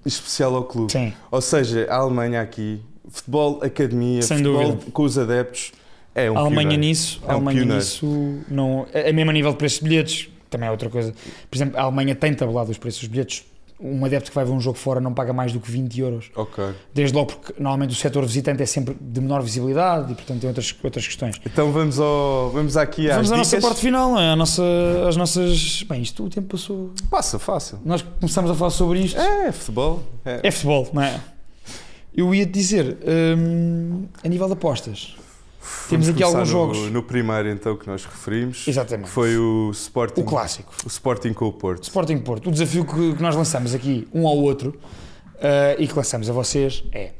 A: especial ao clube.
B: Sim.
A: Ou seja, a Alemanha aqui, futebol academia,
B: Sem
A: futebol
B: dúvida.
A: com os adeptos, é um
B: a Alemanha
A: pioneiro.
B: nisso,
A: É um
B: a Alemanha
A: pioneiro.
B: nisso não, é é mesmo a nível de preços de bilhetes, também é outra coisa. Por exemplo, a Alemanha tem tabelado os preços dos bilhetes. Um adepto que vai ver um jogo fora não paga mais do que 20 euros.
A: Ok.
B: Desde logo porque normalmente o setor visitante é sempre de menor visibilidade e portanto tem outras, outras questões.
A: Então vamos, ao, vamos aqui às
B: Vamos à
A: dicas.
B: nossa parte final, não é? à nossa, às nossas. Bem, isto o tempo passou.
A: Passa, fácil.
B: Nós começamos a falar sobre isto.
A: É, futebol. É.
B: É futebol, não é? Eu ia te dizer, hum, a nível de apostas, temos
A: Vamos
B: aqui
A: começar
B: alguns
A: no-
B: jogos.
A: No primeiro então que nós referimos.
B: Exatamente.
A: que foi o Sporting.
B: O clássico.
A: o Sporting com o Porto.
B: Sporting Porto, o desafio que, que nós lançamos aqui um ao outro eh, e que lançamos a vocês é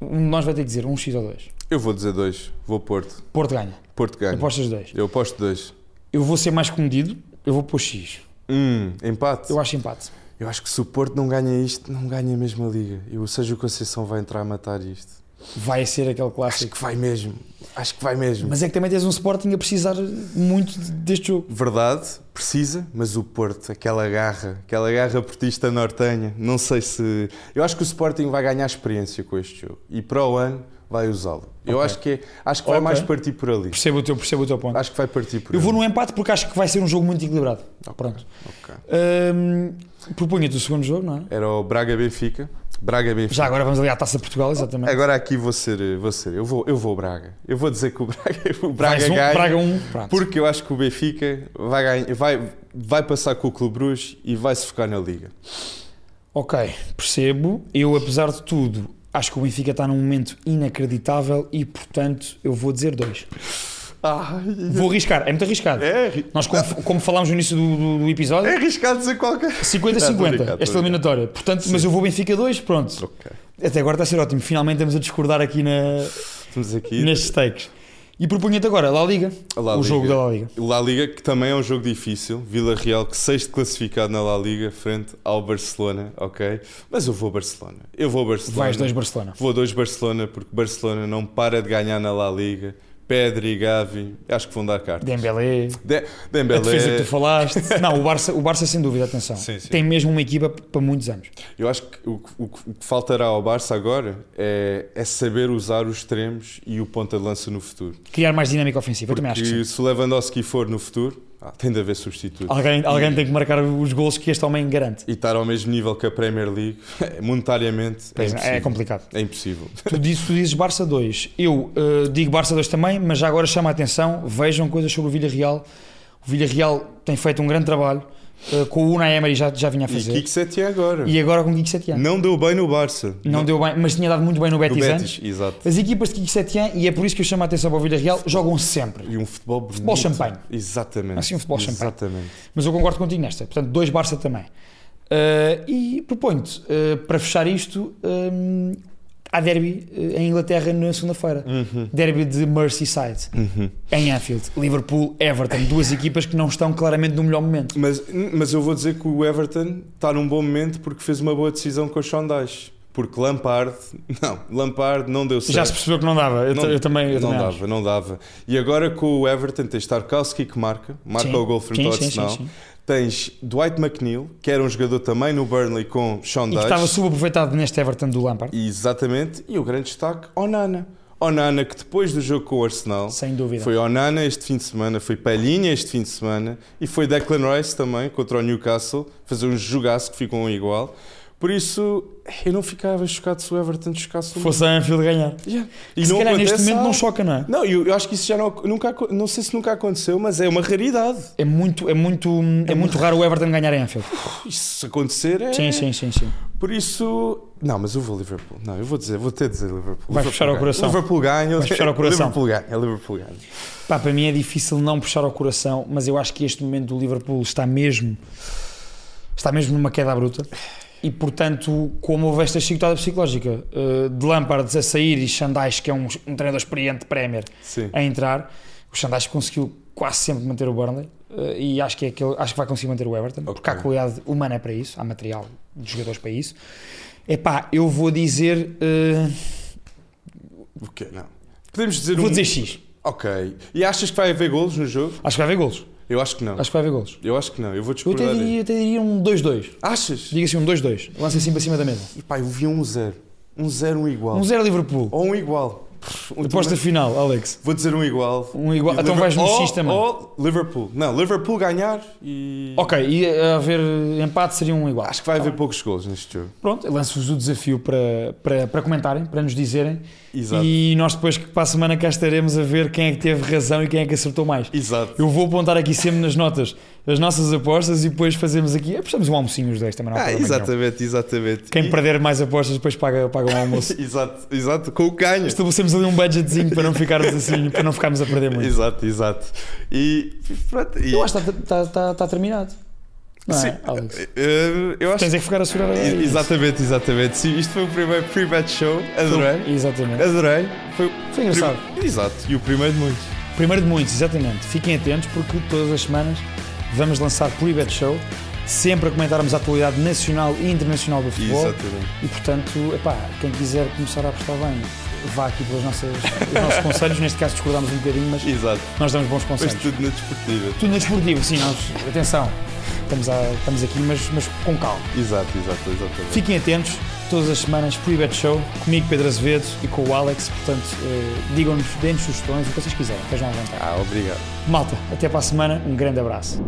B: um de nós vai ter que dizer um X ou dois.
A: Eu vou dizer dois. Vou Porto.
B: Porto ganha,
A: Porto ganha.
B: apostas dois.
A: Eu aposto dois.
B: Eu vou ser mais comedido, eu vou pôr X.
A: Hum, empate.
B: Eu acho empate.
A: Eu acho que se o Porto não ganha isto, não ganha mesmo a Liga. E o Sérgio Conceição vai entrar a matar isto.
B: Vai ser aquele
A: Acho
B: clássico.
A: que vai mesmo. Acho que vai mesmo.
B: Mas é que também tens um Sporting a precisar muito de- deste jogo.
A: Verdade, precisa, mas o Porto, aquela garra, aquela garra portista nortenha, não sei se. Eu acho que o Sporting vai ganhar experiência com este jogo e para o ano vai usá-lo. Eu acho que, é- acho que vai
B: Ok.
A: mais partir por ali.
B: Percebo o teu, percebo o teu ponto.
A: Acho que vai partir por
B: Eu
A: ali.
B: vou num empate porque acho que vai ser um jogo muito equilibrado. Pronto.
A: Ok.
B: Hum, Propunha-te o segundo jogo, não é?
A: Era o Braga Benfica. Braga Benfica.
B: Já agora vamos ali à Taça de Portugal, exatamente.
A: Agora aqui vou ser, vou ser. Eu vou, eu vou Braga. Eu vou dizer que o Braga, o Braga
B: Mais um,
A: ganha.
B: Braga um. Pronto.
A: Porque eu acho que o Benfica vai, ganhar, vai, vai passar com o Clube Bruges e vai se focar na Liga.
B: Ok, percebo. Eu, apesar de tudo, acho que o Benfica está num momento inacreditável e, portanto, eu vou dizer dois. Vou arriscar, é muito arriscado.
A: É, arri-
B: Nós, como, como falámos no início do, do- do
A: é
B: episódio,
A: arriscado dizer qualquer. Não, Tá, tô a brincar,
B: 50-50
A: tô a
B: esta
A: brincar.
B: eliminatória. Portanto, mas eu vou Benfica 2, pronto.
A: Ok.
B: Até agora está a ser ótimo. Finalmente estamos a discordar aqui na,
A: Estamos aqui.
B: nestes takes. E proponho-te agora, La Liga,
A: A La
B: o jogo
A: Liga.
B: da La Liga.
A: La Liga, que também é um jogo difícil. Vila Real, que sexto classificado na La Liga, frente ao Barcelona, ok? Mas eu vou Barcelona. Eu vou Barcelona.
B: Vais dois Barcelona.
A: Vou dois Barcelona, porque Barcelona não para de ganhar na La Liga. Pedri e Gavi, acho que vão dar carta.
B: Dembélé,
A: De...
B: a defesa que
A: Dembélé,
B: tu falaste. Não, o Barça, o Barça sem dúvida, atenção.
A: Sim, sim.
B: Tem mesmo uma equipa p- para muitos anos.
A: eu acho que o, que- o que- o que faltará ao Barça agora é, é saber usar os extremos e o ponta de lança no futuro.
B: Criar mais dinâmica ofensiva, eu também acho que sim.
A: Que se o Lewandowski for no futuro, ah, tem de haver substituto.
B: Alguém,
A: é.
B: alguém tem que marcar os gols que este homem garante.
A: E estar ao mesmo nível que a Premier Leige, monetariamente, é,
B: Pois não,
A: impossível.
B: é complicado.
A: É impossível.
B: Tu dizes, tu dizes Barça 2. Eu eh, digo Barça 2 também, mas já agora chama a atenção. Vejam coisas sobre o Villarreal. O Villarreal tem feito um grande trabalho. eh, com o Unai Emery já, já vinha a
A: E
B: fazer.
A: Kik Setien agora.
B: é. E, agora com o Kik Setien.
A: Não deu bem no Barça.
B: Não, deu bem, mas tinha dado muito bem no
A: no
B: Betis,
A: Betis,
B: antes.
A: exato.
B: As equipas de Kik Setien, e é por isso que eu chamo a atenção para o Villarreal, jogam sempre.
A: E um futebol bonito.
B: Futebol champanhe.
A: Exatamente.
B: Assim, um futebol champanhe.
A: Exatamente.
B: Mas eu concordo contigo nesta. Portanto, dois Barça também. Eh, e proponho-te, eh, para fechar isto, eh, há derby eh, em Inglaterra na segunda-feira.
A: Uhum.
B: Derby de Merseyside, em Anfield. Liverpool, Everton. Duas equipas que não estão claramente no melhor momento.
A: Mas, mas eu vou dizer que o Everton está num bom momento porque fez uma boa decisão com o Sean Dyche. Porque Lampard, não, Lampard não deu certo.
B: Já se percebeu que não dava. Eu,
A: Não-
B: ta- eu também, eu
A: não
B: também
A: dava,
B: acho.
A: não dava. E agora com o Everton tens Tarkowski que marca, marca
B: Sim.
A: o gol frente
B: Sim,
A: ao
B: sim, sim,
A: Arsenal.
B: sim.
A: Tens Dwight McNeil, que era um jogador também no Burnley com Sean
B: E que estava
A: Dyche.
B: subaproveitado neste Everton do Lampard,
A: Exatamente. E o grande destaque, Onana. Onana que depois do jogo com o Arsenal,
B: sem dúvida.
A: foi Onana este fim de semana, foi Palhinha este fim de semana e foi Declan Rice também contra o Newcastle, fazer um jogaço que ficam igual. Por isso, eu não ficava chocado se o Everton chocasse o
B: Fosse a Anfield ganhar.
A: Yeah.
B: se calhar neste
A: acontece
B: momento
A: há-
B: não choca, não é?
A: Não, eu, eu acho que isso já não, nunca, acon- não sei se nunca aconteceu, mas é uma raridade.
B: É muito, é muito, é muito raro o Everton ganhar em Anfield.
A: Isso se acontecer é.
B: Sim, sim, sim, sim.
A: Por isso. Não, mas eu vou Liverpool. Não, eu vou dizer, vou ter de dizer Liverpool.
B: Vais
A: Liverpool
B: puxar ao
A: ganha.
B: coração.
A: Liverpool ganha.
B: Vais puxar ao coração.
A: Liverpool ganha, é Liverpool ganha.
B: Pá, para mim é difícil não puxar ao coração, mas eu acho que este momento do Liverpool está mesmo está mesmo numa queda bruta e portanto, como houve esta chicotada psicológica eh, de Lampard a sair e Xandais, que é um, um treinador experiente de Premier,
A: Sim.
B: a entrar, o Xandais conseguiu quase sempre manter o Burnley eh, e acho que, é aquele, acho que vai conseguir manter o Everton, porque há
A: Ok.
B: qualidade humana para isso, há material de jogadores para isso. Epá, eu vou dizer, eh,
A: O quê? Não. Podemos dizer
B: vou
A: um.
B: dizer X,
A: Ok. E achas que vai haver golos no jogo?
B: acho que vai haver golos,
A: Eu acho que não.
B: acho que vai haver golos.
A: Eu acho que não. Eu vou
B: Eu até
A: discordar. aí.
B: diria, até diria um 2-2.
A: Achas?
B: Diga assim, um 2-2. Lança assim para cima da mesa.
A: E pá, eu vi um zero. Um zero, um igual.
B: Um 0 Liverpool.
A: Ou um igual. Pff, um
B: Aposta
A: também-
B: final, Alex.
A: Vou dizer um igual.
B: Um igual-
A: E
B: então
A: Liver-
B: vais no
A: ou-
B: X também.
A: Ou Liverpool. Não, Liverpool ganhar e.
B: Ok, e eh, a haver empate seria um igual.
A: Acho que vai haver poucos gols neste jogo.
B: Pronto, eu lanço-vos o desafio para, para, para comentarem, para nos dizerem.
A: Exato.
B: E nós depois, que para a semana, cá estaremos a ver quem é que teve razão e quem é que acertou mais.
A: Exato.
B: Eu vou apontar aqui sempre nas notas as nossas apostas e depois fazemos aqui. Apostamos um almocinho os dois também, não há
A: Ah,
B: problema nenhum.
A: exatamente, exatamente.
B: Quem
A: E-
B: perder mais apostas depois paga, paga um almoço.
A: Exato, exato, com o ganho.
B: Estabelecemos ali um budgetzinho para não ficarmos assim, para não ficarmos a perder muito.
A: Exato, exato. E pronto. e-
B: Eu acho que está, está- está terminado. Não
A: Sim,
B: é, Alex?
A: eh, eu acho
B: Tens é que ficar a segurar
A: que-
B: agora.
A: Exatamente, exatamente. Sim, isto foi o primeiro pre-match show. Adorei.
B: Exatamente.
A: Adorei. Foi,
B: Foi um engraçado.
A: Exato. E o primeiro de muitos.
B: Primeiro de muitos, exatamente. Fiquem atentos porque todas as semanas vamos lançar Pre-Bet Show, sempre a comentarmos a atualidade nacional e internacional do futebol.
A: Exatamente.
B: E portanto, epá, quem quiser começar a apostar bem, vá aqui pelos nossas, os nossos conselhos. Neste caso discordamos um bocadinho, mas
A: Exato.
B: nós damos bons
A: Mas
B: conselhos.
A: tudo na desportiva.
B: Tudo na desportiva, sim, nós, atenção, estamos, a- estamos aqui, mas, mas com calma.
A: Exato, exato, exatamente.
B: Fiquem atentos, todas as semanas, Pre-Bet Show, comigo Pedro Azevedo e com o Alex, portanto, eh, digam-nos, deem-nos sugestões, o que vocês quiserem, estejam à vontade.
A: Ah, obrigado.
B: Malta, até para a semana, um grande abraço.